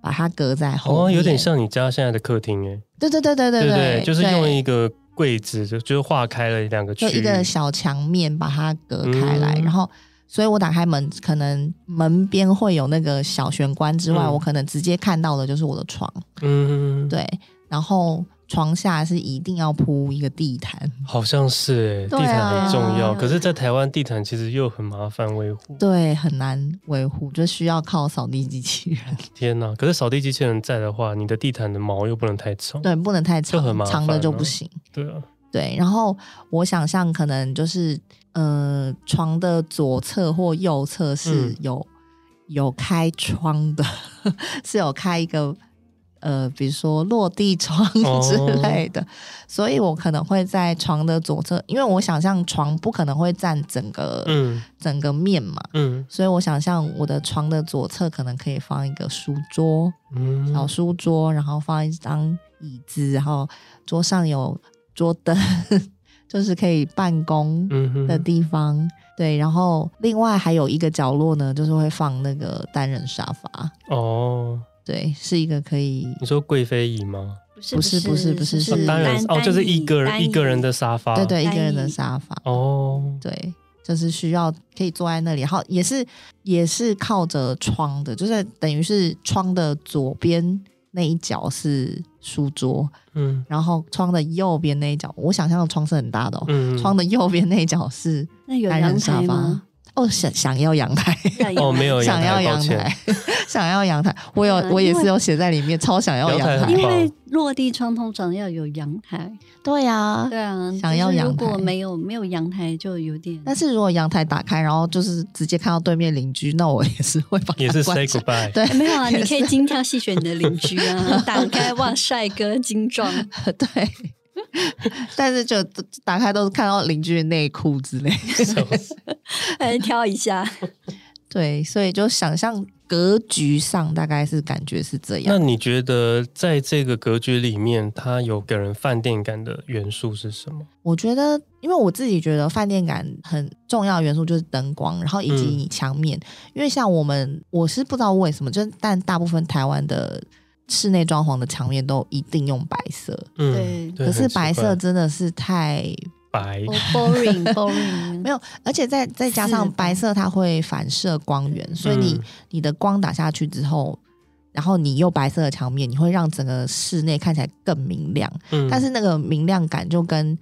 Speaker 1: 把它隔在后面，
Speaker 3: 哦，有点像你家现在的客厅哎，
Speaker 1: 对，对对对对
Speaker 3: 不
Speaker 1: 对，
Speaker 3: 就是
Speaker 1: 对
Speaker 3: 用一个柜子，就就是划开了两个区
Speaker 1: 就
Speaker 3: 域，
Speaker 1: 一个小墙面把它隔开来，
Speaker 3: 嗯
Speaker 1: 然后，所以我打开门，可能门边会有那个小玄关之外，
Speaker 3: 嗯
Speaker 1: 我可能直接看到的就是我的床，
Speaker 3: 嗯，，
Speaker 1: 对，然后床下是一定要铺一个地毯，
Speaker 3: 好像是哎，
Speaker 1: 对
Speaker 3: 地毯
Speaker 1: 啊
Speaker 3: 很重要，
Speaker 2: 对啊
Speaker 3: 可是，在台湾地毯其实又很麻烦维护。
Speaker 1: 对，很难维护，就需要靠扫地机器人，
Speaker 3: 天呐，可是扫地机器人在的话，你的地毯的毛又不能太长。
Speaker 1: 对，不能太
Speaker 3: 就很
Speaker 1: 长
Speaker 3: 麻，烦
Speaker 1: 长的就
Speaker 3: 了
Speaker 1: 不行。
Speaker 3: 对啊，
Speaker 1: 对，然后我想象可能就是，呃，床的左侧或右侧是
Speaker 3: 嗯
Speaker 1: 有、有开窗的， 是有开一个呃，比如说落地窗
Speaker 3: 哦
Speaker 1: 之类的，所以我可能会在床的左侧，因为我想象床不可能会占整个、
Speaker 3: 嗯
Speaker 1: 整个面嘛，
Speaker 3: 嗯
Speaker 1: 所以我想象我的床的左侧可能可以放一个书桌，
Speaker 3: 嗯，
Speaker 1: 小书桌，然后放一张椅子，然后桌上有桌灯， 就是可以办公
Speaker 3: 嗯哼
Speaker 1: 的地方。对，然后另外还有一个角落呢，就是会放那个单人沙发。
Speaker 3: 哦，
Speaker 1: 对，是一个可以
Speaker 3: 你说贵妃椅吗？
Speaker 2: 不是
Speaker 1: 不是不是不是
Speaker 3: 啊
Speaker 1: 是
Speaker 3: 单人哦，就是一个人一个人。
Speaker 2: 单
Speaker 3: 的沙发。
Speaker 1: 对对一
Speaker 2: 单
Speaker 1: 个人的
Speaker 2: 椅
Speaker 1: 沙发。
Speaker 3: 哦，
Speaker 1: 对，就是需要可以坐在那里，然后也是也是靠着窗的，就是等于是窗的左边那一角是书桌，
Speaker 3: 嗯
Speaker 1: 然后窗的右边那一角，我想象的窗是很大的哦。
Speaker 3: 嗯，
Speaker 1: 窗的右边那一角是
Speaker 2: 那有
Speaker 1: 单人
Speaker 2: 阳
Speaker 1: 沙
Speaker 2: 台
Speaker 1: 发
Speaker 2: 吗？。
Speaker 1: 哦，想想要阳台，
Speaker 3: 哦没有
Speaker 1: 想要
Speaker 3: 阳
Speaker 1: 阳
Speaker 3: 台抱
Speaker 1: 台， 想要阳台。我有，我也是有写在里面，超想要阳
Speaker 3: 阳台
Speaker 2: 呃因
Speaker 1: 台。
Speaker 2: 为落地窗通常要有阳台，
Speaker 1: 对呀、
Speaker 2: 对啊，
Speaker 1: 想要阳台
Speaker 2: 就是如果没有没有阳台就有 点，哎
Speaker 1: 但是如果阳台打开，然后就是直接看到对面邻居，那我也是会把它
Speaker 3: 也是
Speaker 1: 关
Speaker 3: say
Speaker 1: 起来
Speaker 3: goodbye。
Speaker 1: 对
Speaker 2: 哎，没有啊，你可以
Speaker 1: 也是
Speaker 2: 精挑细选你的邻居啊， 打开哇，帅哥精壮，
Speaker 1: 对。 但是就打开都是看到邻居的内裤之类的，
Speaker 2: 来挑一 下。
Speaker 1: 对，所以就想象格局上大概是感觉是这样
Speaker 3: 那。你觉得在这个格局里面，它有给人饭店感的元素是什么？
Speaker 1: 我觉得，因为我自己觉得饭店感很重要的元素就是灯光，然后以及
Speaker 3: 嗯
Speaker 1: 你墙面。因为像我们，我是不知道为什么，就是但大部分台湾的室内装潢的墙面都一定用白色，
Speaker 3: 嗯，
Speaker 2: 对
Speaker 3: 对
Speaker 1: 可是
Speaker 3: 很奇怪
Speaker 1: 白色真的是太
Speaker 3: 白
Speaker 2: 哦 boring boring，
Speaker 1: 没有，而且再再加上
Speaker 2: 是
Speaker 1: 白色它会反射光源，所以你、
Speaker 3: 嗯
Speaker 1: 你的光打下去之后。然后你用白色的墙面，你会让整个室内看起来更明亮，
Speaker 3: 嗯
Speaker 1: 但是那个明亮感就跟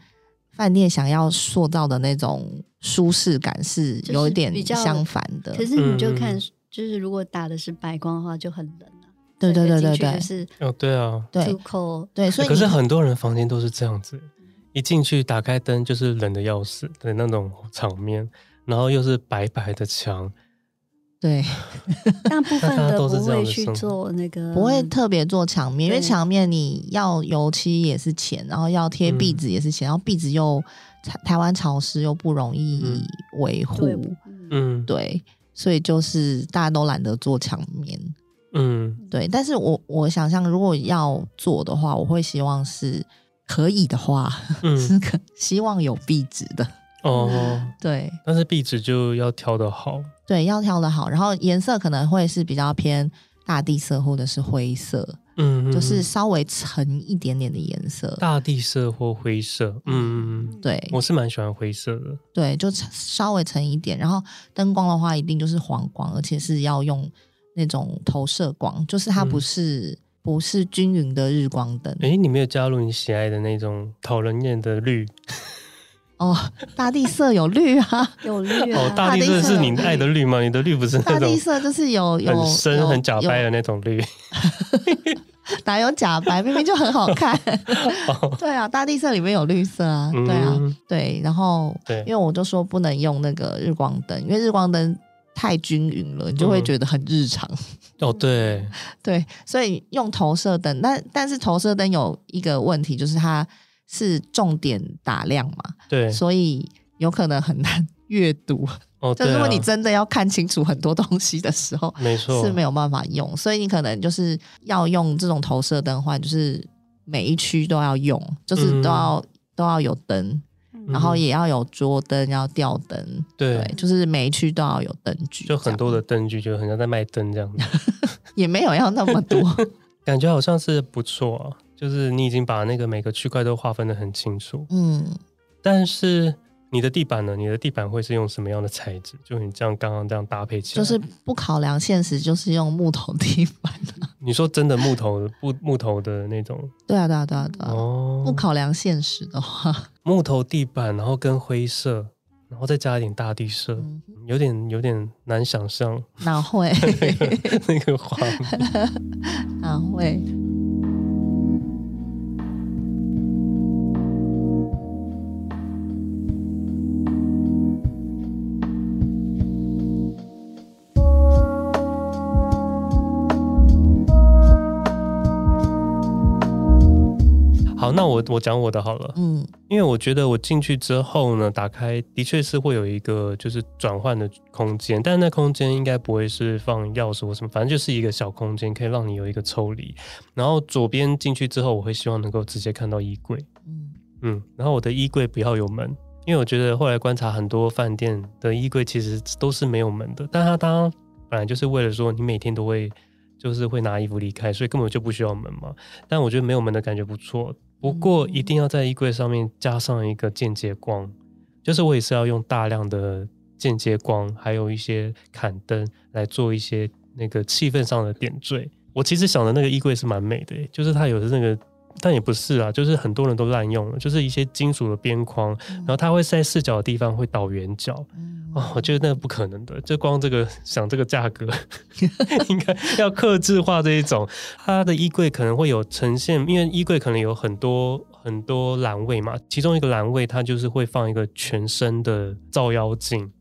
Speaker 1: 饭店想要塑造的那种舒适感是有一点
Speaker 2: 就是比较
Speaker 1: 相反的。
Speaker 2: 可是你就
Speaker 3: 嗯
Speaker 2: 看，就是如果打的是白光的话，就很冷了。
Speaker 1: 对对对
Speaker 2: 所
Speaker 1: 对
Speaker 2: 以进去
Speaker 1: 对
Speaker 2: 就是
Speaker 3: 哦，对啊，
Speaker 1: 对
Speaker 2: 出 口
Speaker 1: 对，所以
Speaker 3: 可是
Speaker 1: 你
Speaker 3: 很多人房间都是这样子，一进去打开灯就是冷的要死的那种场面，然后又是白白的墙，
Speaker 1: 对
Speaker 2: 大部分
Speaker 3: 大家
Speaker 2: 的
Speaker 3: 都是
Speaker 2: 不
Speaker 3: 这样
Speaker 2: 会
Speaker 3: 的
Speaker 2: 去
Speaker 3: 生活
Speaker 2: 做那个，
Speaker 1: 不
Speaker 3: 嗯
Speaker 1: 会特别做墙面，因为
Speaker 2: 对
Speaker 1: 墙面你要油漆也是钱，然后要贴
Speaker 3: 嗯
Speaker 1: 壁纸也是钱，然后壁纸又台台湾潮湿又不容易维护，
Speaker 2: 对，嗯
Speaker 3: 嗯，
Speaker 1: 对，所以就是大家都懒得做墙面。
Speaker 3: 嗯
Speaker 1: 对，但是我我想象如果要做的话，我会希望是可以的话，
Speaker 3: 嗯，
Speaker 1: 是可希望有壁纸的。
Speaker 3: 哦，
Speaker 1: 对
Speaker 3: 但是壁纸就要挑的好，
Speaker 1: 对，要挑的好，然后颜色可能会是比较偏大地色或者是灰色，
Speaker 3: 嗯，
Speaker 1: 就是
Speaker 3: 嗯
Speaker 1: 稍微沉一点点的颜色。
Speaker 3: 大地色或灰色，嗯，嗯嗯
Speaker 1: 对
Speaker 3: 我是蛮喜欢灰色的，
Speaker 1: 对，就沉稍微沉一点。然后灯光的话，一定就是黄光，而且是要用那种投射光，就是它不
Speaker 3: 嗯
Speaker 1: 是、不是均匀的日光灯。
Speaker 3: 诶，你没有加入你喜爱的那种讨人厌的绿，
Speaker 1: 哦，大地色有绿啊，
Speaker 2: 有绿
Speaker 3: 哦
Speaker 2: 啊，，
Speaker 3: 大地色是你
Speaker 1: 大地色
Speaker 3: 爱的绿吗？你的绿不是那
Speaker 1: 大
Speaker 3: 种
Speaker 1: 地色就是有有
Speaker 3: 很深、
Speaker 1: 有
Speaker 3: 很假
Speaker 1: 有
Speaker 3: 白的那种绿，
Speaker 1: 哪有假白？明明就很好 看。对啊，大地色里面有绿色啊，对啊，
Speaker 3: 嗯
Speaker 1: 对。然后，
Speaker 3: 对
Speaker 1: 因为我就说不能用那个日光灯，因为日光灯太均匀了，你就会
Speaker 3: 嗯
Speaker 1: 觉得很日常。
Speaker 3: 哦，对，
Speaker 1: 对，所以用投射灯，但但是投射灯有一个问题，就是它是重点打亮嘛，
Speaker 3: 对，
Speaker 1: 所以有可能很难阅 读。
Speaker 3: 哦，
Speaker 1: 就
Speaker 3: 对
Speaker 1: 如果
Speaker 3: 啊
Speaker 1: 你真的要看清楚很多东西的时候，
Speaker 3: 没错，
Speaker 1: 是没有办法用，所以你可能就是要用这种投射灯的话，就是每一区都要用，就是
Speaker 3: 嗯
Speaker 1: 都要、都要有灯，
Speaker 2: 嗯
Speaker 1: 然后也要有桌灯，要吊灯，
Speaker 3: 对
Speaker 1: 对，，就是每一区都要有灯具，
Speaker 3: 就很多
Speaker 1: 这
Speaker 3: 的
Speaker 1: 样
Speaker 3: 灯具，就很像在卖灯这样子，
Speaker 1: 也没有要那么多，
Speaker 3: 感觉好像是不错啊。就是你已经把那个每个区块都划分的很清楚，
Speaker 1: 嗯，
Speaker 3: 但是你的地板呢？你的地板会是用什么样的材质？就你这样刚刚这样搭配起来，
Speaker 1: 就是不考量现实，就是用木头地板，
Speaker 3: 你说真的木头木木头的那种
Speaker 1: 对啊，对啊，对啊，对啊。
Speaker 3: 哦，
Speaker 1: 不考量现实的话，
Speaker 3: 木头地板，然后跟灰色，然后再加一点大地色，
Speaker 1: 嗯
Speaker 3: 有点有点难想象
Speaker 1: 哪会
Speaker 3: 那个那个画面。
Speaker 1: 哪会？
Speaker 3: 好，那我我讲我的好了，
Speaker 1: 嗯
Speaker 3: 因为我觉得我进去之后呢，打开的确是会有一个就是转换的空间，但那空间应该不会是放钥匙或什么，反正就是一个小空间，可以让你有一个抽离。然后左边进去之后，我会希望能够直接看到衣柜。
Speaker 1: 嗯
Speaker 3: 嗯，然后我的衣柜不要有门，因为我觉得后来观察很多饭店的衣柜其实都是没有门的，但它当本来就是为了说你每天都会就是会拿衣服离开，所以根本就不需要门嘛。但我觉得没有门的感觉不错，不过一定要在衣柜上面加上一个间接光，就是我也是要用大量的间接光，还有一些砍灯来做一些那个气氛上的点缀。我其实想的那个衣柜是蛮美的、就是它有那个但也不是啊，就是很多人都滥用了，就是一些金属的边框，然后它会在视角的地方会倒圆角。
Speaker 1: 嗯
Speaker 3: 哦，我觉得那不可能的，就光这个想这个价格， 应该要克制化这一种。它的衣柜可能会有呈现，因为衣柜可能有很多很多栏位嘛，其中一个栏位它就是会放一个全身的照妖镜，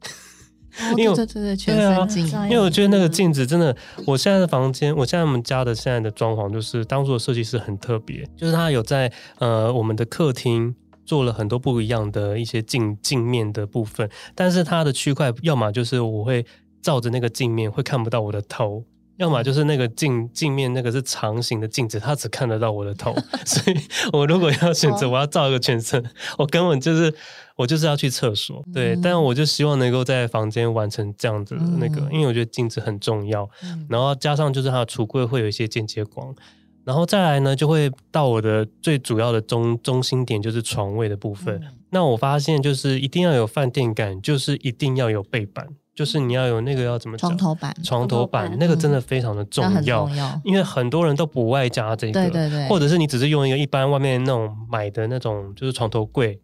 Speaker 1: 哦
Speaker 3: 因为
Speaker 1: 对
Speaker 3: 我
Speaker 1: 对对对，全
Speaker 3: 对啊
Speaker 1: 身镜，
Speaker 2: 照
Speaker 3: 因为我觉得那个
Speaker 2: 嗯
Speaker 3: 镜子真的，我现在的房间，我现在我们家的现在的装潢，就是当初的设计师很特别，就是他有在呃我们的客厅做了很多不一样的一些镜镜面的部分，但是它的区块要么就是我会照着那个镜面会看不到我的头。要么就是那个镜镜面那个是长形的镜子，它只看得到我 的头，所以我如果要选择，
Speaker 1: 哦
Speaker 3: 我要照一个全身，我根本就是我就是要去厕所，对，
Speaker 1: 嗯
Speaker 3: 但我就希望能够在房间完成这样子的那个，
Speaker 1: 嗯
Speaker 3: 因为我觉得镜子很重要，
Speaker 1: 嗯
Speaker 3: 然后加上就是它的橱柜会有一些间接光，然后再来呢就会到我的最主要的中中心点就是床位的部分。
Speaker 1: 嗯
Speaker 3: 那我发现就是一定要有饭店感，就是一定要有背板，就是你要有那个要怎么讲
Speaker 1: 床头板嗯
Speaker 3: 床头板
Speaker 2: 床头板
Speaker 3: 那个真的非常的重
Speaker 1: 那很
Speaker 3: 要，
Speaker 1: 重要，
Speaker 3: 因为很多人都不爱加这个，
Speaker 1: 对对对，
Speaker 3: 或者是你只是用一个一般外面那种买的那种就是床头柜，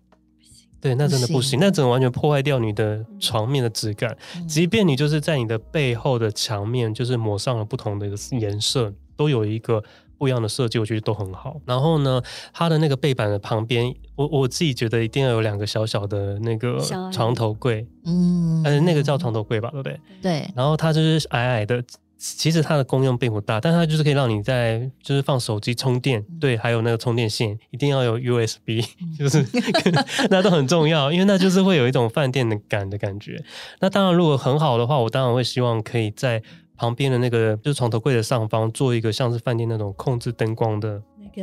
Speaker 3: 对，那真的不
Speaker 1: 不
Speaker 3: 行，
Speaker 1: 行
Speaker 3: 那整个完全破坏掉你的床面的质感。
Speaker 1: 嗯
Speaker 3: 即便你就是在你的背后的墙面，就是抹上了不同的颜色，都有一个不一样的设计，我觉得都很好。然后呢，它的那个背板的旁边，我我自己觉得一定要有两个小小的那个
Speaker 2: 小矮
Speaker 3: 床头柜，
Speaker 1: 嗯
Speaker 3: 呃，那个叫床头柜吧，对不对？
Speaker 1: 对，
Speaker 3: 然后它就是矮矮的，其实它的功用并不大，但它就是可以让你在就是放手机充电，
Speaker 1: 嗯
Speaker 3: 对，还有那个充电线一定要有 USB，就是 那都很重要，因为那就是会有一种饭店的感的感觉。那当然，如果很好的话，我当然会希望可以在。旁边的那个就是床头柜的上方做一个像是饭店那种控制灯光的，
Speaker 2: 那个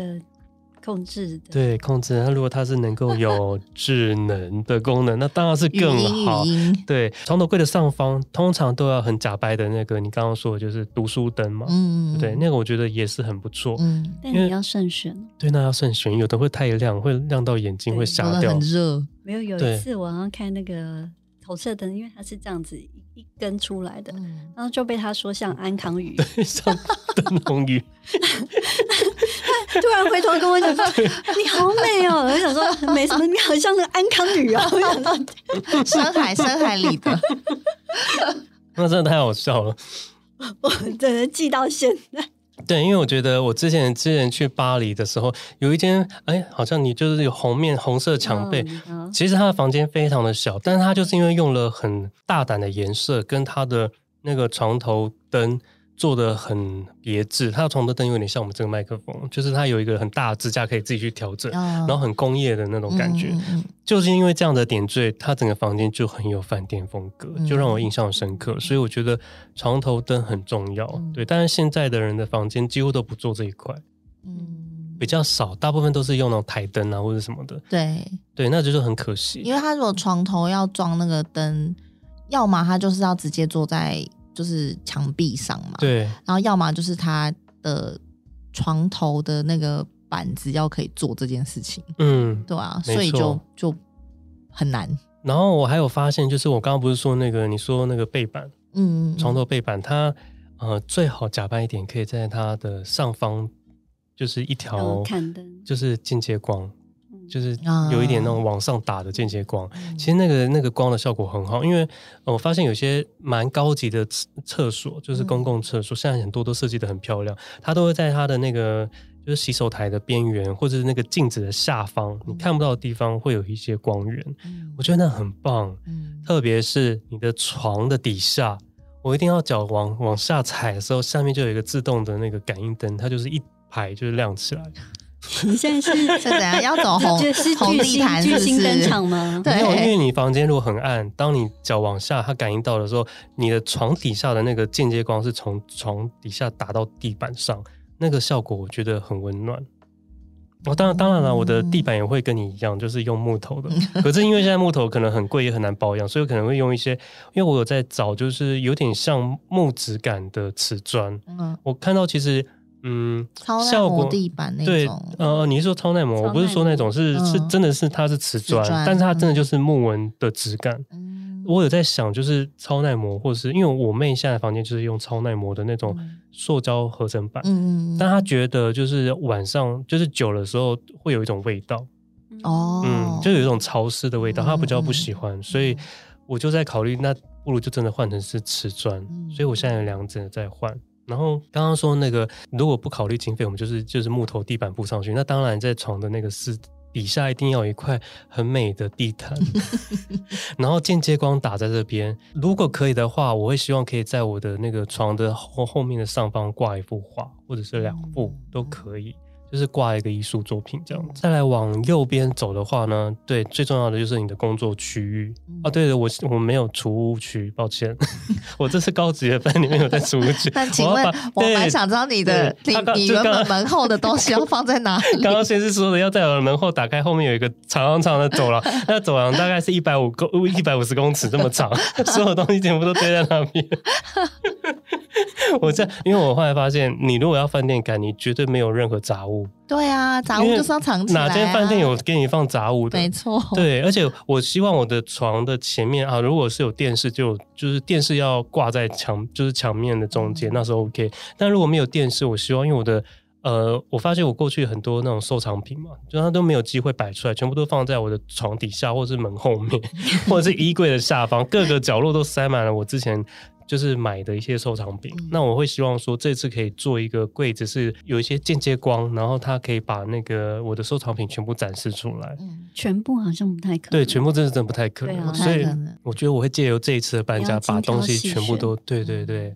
Speaker 2: 控制的，
Speaker 3: 对，控制。那如果它是能够有智能的功能，那当然是
Speaker 1: 语
Speaker 3: 更
Speaker 1: 音
Speaker 3: 好
Speaker 1: 语。音，
Speaker 3: 对，床头柜的上方通常都要很假掰的那个，你刚刚说的就是读书灯嘛，
Speaker 1: 嗯，
Speaker 3: 对，那个我觉得也是很不错。
Speaker 1: 嗯，
Speaker 2: 但
Speaker 3: 因为
Speaker 2: 你要慎选。哦
Speaker 3: 对，那要慎选，有的会太亮，会亮到眼睛
Speaker 2: 对
Speaker 1: 搞
Speaker 3: 会瞎
Speaker 1: 得
Speaker 3: 掉
Speaker 1: 很。 热，
Speaker 2: 没有有
Speaker 3: 对
Speaker 2: 一次我好像看那个投射灯，因为它是这样子一一根出来的，
Speaker 1: 嗯，
Speaker 2: 然后就被他说像安康鱼，
Speaker 3: 像灯笼鱼，
Speaker 2: 突然回头跟我讲说：“ 你好美哦！”我想说没什么，你好像那个安康女哦。我想说
Speaker 1: 深海深海里的，
Speaker 3: 那真的太好笑了。
Speaker 2: 我真的记到现在，
Speaker 3: 对，因为我觉得我之前之前去巴黎的时候，有一间哎，好像你就是有红面红色墙被，
Speaker 2: 嗯
Speaker 3: 其实他的房间非常的小，但是他就是因为用了很大胆的颜色，跟他的那个床头灯做的很别致。他的床头灯有点像我们这个麦克风，就是它有一个很大的支架可以自己去调整，
Speaker 2: 嗯
Speaker 1: 然
Speaker 3: 然后很工业的那种感觉。
Speaker 1: 嗯
Speaker 3: 就是因为这样的点缀，它整个房间就很有饭店风格，
Speaker 1: 嗯
Speaker 3: 就让我印象深刻。所以我觉得床头灯很重要，
Speaker 1: 嗯
Speaker 3: 对。但是现在的人的房间几乎都不做这一块，
Speaker 1: 嗯
Speaker 3: 比较少，大部分都是用那种台灯啊或者什么的，
Speaker 1: 对，
Speaker 3: 对，那就是很可惜
Speaker 1: 因。为他
Speaker 3: 嗯
Speaker 1: 如果床头要装那个灯，要么他就是要直接坐在就是墙壁上嘛，，
Speaker 3: 对，
Speaker 1: 然后要么就是他的床头的那个板子要可以做这件事情，
Speaker 3: 嗯。
Speaker 1: 对啊，
Speaker 3: 没错
Speaker 1: 所以就就很难，
Speaker 3: 然后我还有发现，就是我刚刚不是说那个你说那个背板，
Speaker 1: 嗯，
Speaker 3: 床头背板，它呃最好假扮一点，可以在它的上方就是一
Speaker 2: 然后
Speaker 3: 条
Speaker 2: 看灯，
Speaker 3: 就是间接光，
Speaker 2: 嗯
Speaker 3: 就是
Speaker 1: 啊
Speaker 3: 有一点那种往上打的间接光。
Speaker 1: 嗯
Speaker 3: 其实那个那个光的效果很好，因为、呃我发现有些蛮高级的厕厕所，就是公共厕所，现在很多都设计的很漂亮，它都会在它的那个就是洗手台的边缘，或者是那个镜子的下方，你看不到的地方会有一些光源，
Speaker 1: 嗯，
Speaker 3: 我觉得那很棒。
Speaker 1: 嗯
Speaker 3: 特别是你的床的底下，我一定要脚往往下踩的时候，下面就有一个自动的那个感应灯，它就是一排就是亮起来。
Speaker 2: 你现在是
Speaker 1: 嗯是怎样要 走红
Speaker 2: 就是
Speaker 1: 红
Speaker 2: 巨
Speaker 1: 地
Speaker 2: 星
Speaker 1: 毯是
Speaker 2: 巨
Speaker 1: 不
Speaker 2: 星登
Speaker 1: 是？
Speaker 2: 场吗？
Speaker 1: 对
Speaker 3: 没有，因为你房间如果很暗，当你脚往下，它感应到的时候，你的床底下的那个间接光是从床底下打到地板上，那个效果我觉得很温暖。哦，当然，当然了，我的地板也会跟你一样，就是用木头的。可是因为现在木头可能很贵，也很难保养，所以我可能会用一些，因为我有在找，就是有点像木质感的瓷砖。
Speaker 1: 嗯，
Speaker 3: 我看到其实，嗯，
Speaker 1: 超耐
Speaker 3: 效果
Speaker 1: 磨地板那
Speaker 3: 对
Speaker 1: 种，，
Speaker 3: 呃，你是说超耐磨？
Speaker 2: 超
Speaker 3: 我不是说那种是、
Speaker 1: 耐磨
Speaker 3: 是
Speaker 1: 嗯
Speaker 3: 真的是它是瓷砖，
Speaker 1: 瓷砖
Speaker 3: 但是它真的
Speaker 1: 嗯
Speaker 3: 就是木纹的质感。
Speaker 1: 嗯
Speaker 3: 我有在想，就是超耐磨，或是因为我妹现在房间就是用超耐磨的那种
Speaker 1: 嗯
Speaker 3: 塑胶合成板，
Speaker 1: 嗯嗯
Speaker 3: 但她觉得就是晚上就是久的时候会有一种味道，
Speaker 1: 哦
Speaker 3: 嗯，就有一种潮湿的味道，
Speaker 1: 嗯
Speaker 3: 她比较不喜欢，所以我就在考虑，那不如就真的换成是瓷砖，
Speaker 1: 嗯
Speaker 3: 所以我现在有两者在换。然后刚刚说那个，如果不考虑经费，我们就是就是木头地板铺上去，那当然在床的那个是底下一定要有一块很美的地 毯，然后间接光打在这边。如果可以的话，我会希望可以在我的那个床的后后面的上方挂一幅画，或者是两幅
Speaker 1: 嗯
Speaker 3: 都可以。就是挂一个艺术作品这样子，再来往右边走的话呢，对，最重要的就是你的工作区域
Speaker 1: 嗯
Speaker 3: 啊。对的，我我没有储物区，抱歉， 我这是高级的班里面有在储物区
Speaker 1: 。但请
Speaker 3: 我
Speaker 1: 问
Speaker 3: 要把，
Speaker 1: 我
Speaker 3: 对
Speaker 1: 蛮想知道你的你
Speaker 3: 对他刚
Speaker 1: 你
Speaker 3: 就
Speaker 1: 原
Speaker 3: 刚
Speaker 1: 本门后的东西要放在哪 里？
Speaker 3: 刚刚先是说的要在我的门后打开，后面有一个长长的走 廊，那走廊大概是一百五公一百五十公尺这么 长，所有东西全部都堆在那边。 我这样，因为我后来发现，你如果要饭店感，你绝对没有任何杂物。
Speaker 1: 对啊，杂物
Speaker 3: 因为
Speaker 1: 就是要藏起来、啊。
Speaker 3: 哪间饭店？有给你放杂物的？
Speaker 1: 没错，
Speaker 3: 对，而且我希望我的床的前面啊，如果是有电视就，就是电视要挂在墙，就是墙面的中间，
Speaker 1: 嗯
Speaker 3: 那时候 OK。但如果没有电视，我希望因为我的呃，我发现我过去很多那种收藏品嘛，就它都没有机会摆出来，全部都放在我的床底下，或是门后面， 或者是衣柜的下方，各个角落都塞满了我之前。就是买的一些收藏品，
Speaker 1: 嗯
Speaker 3: 那我会希望说这次可以做一个柜子，是有一些间接光，然后它可以把那个我的收藏品全部展示出来。
Speaker 1: 嗯，
Speaker 2: 全部好像不太可能。
Speaker 3: 对，全部真的真的不太可能，
Speaker 2: 对啊
Speaker 1: 不
Speaker 3: 所
Speaker 1: 太
Speaker 3: 以
Speaker 1: 可能。
Speaker 3: 我觉得我会借由这一次的搬
Speaker 2: 你
Speaker 3: 家，
Speaker 2: 要精
Speaker 3: 把东西
Speaker 2: 挑细啊
Speaker 3: 全部都对对对。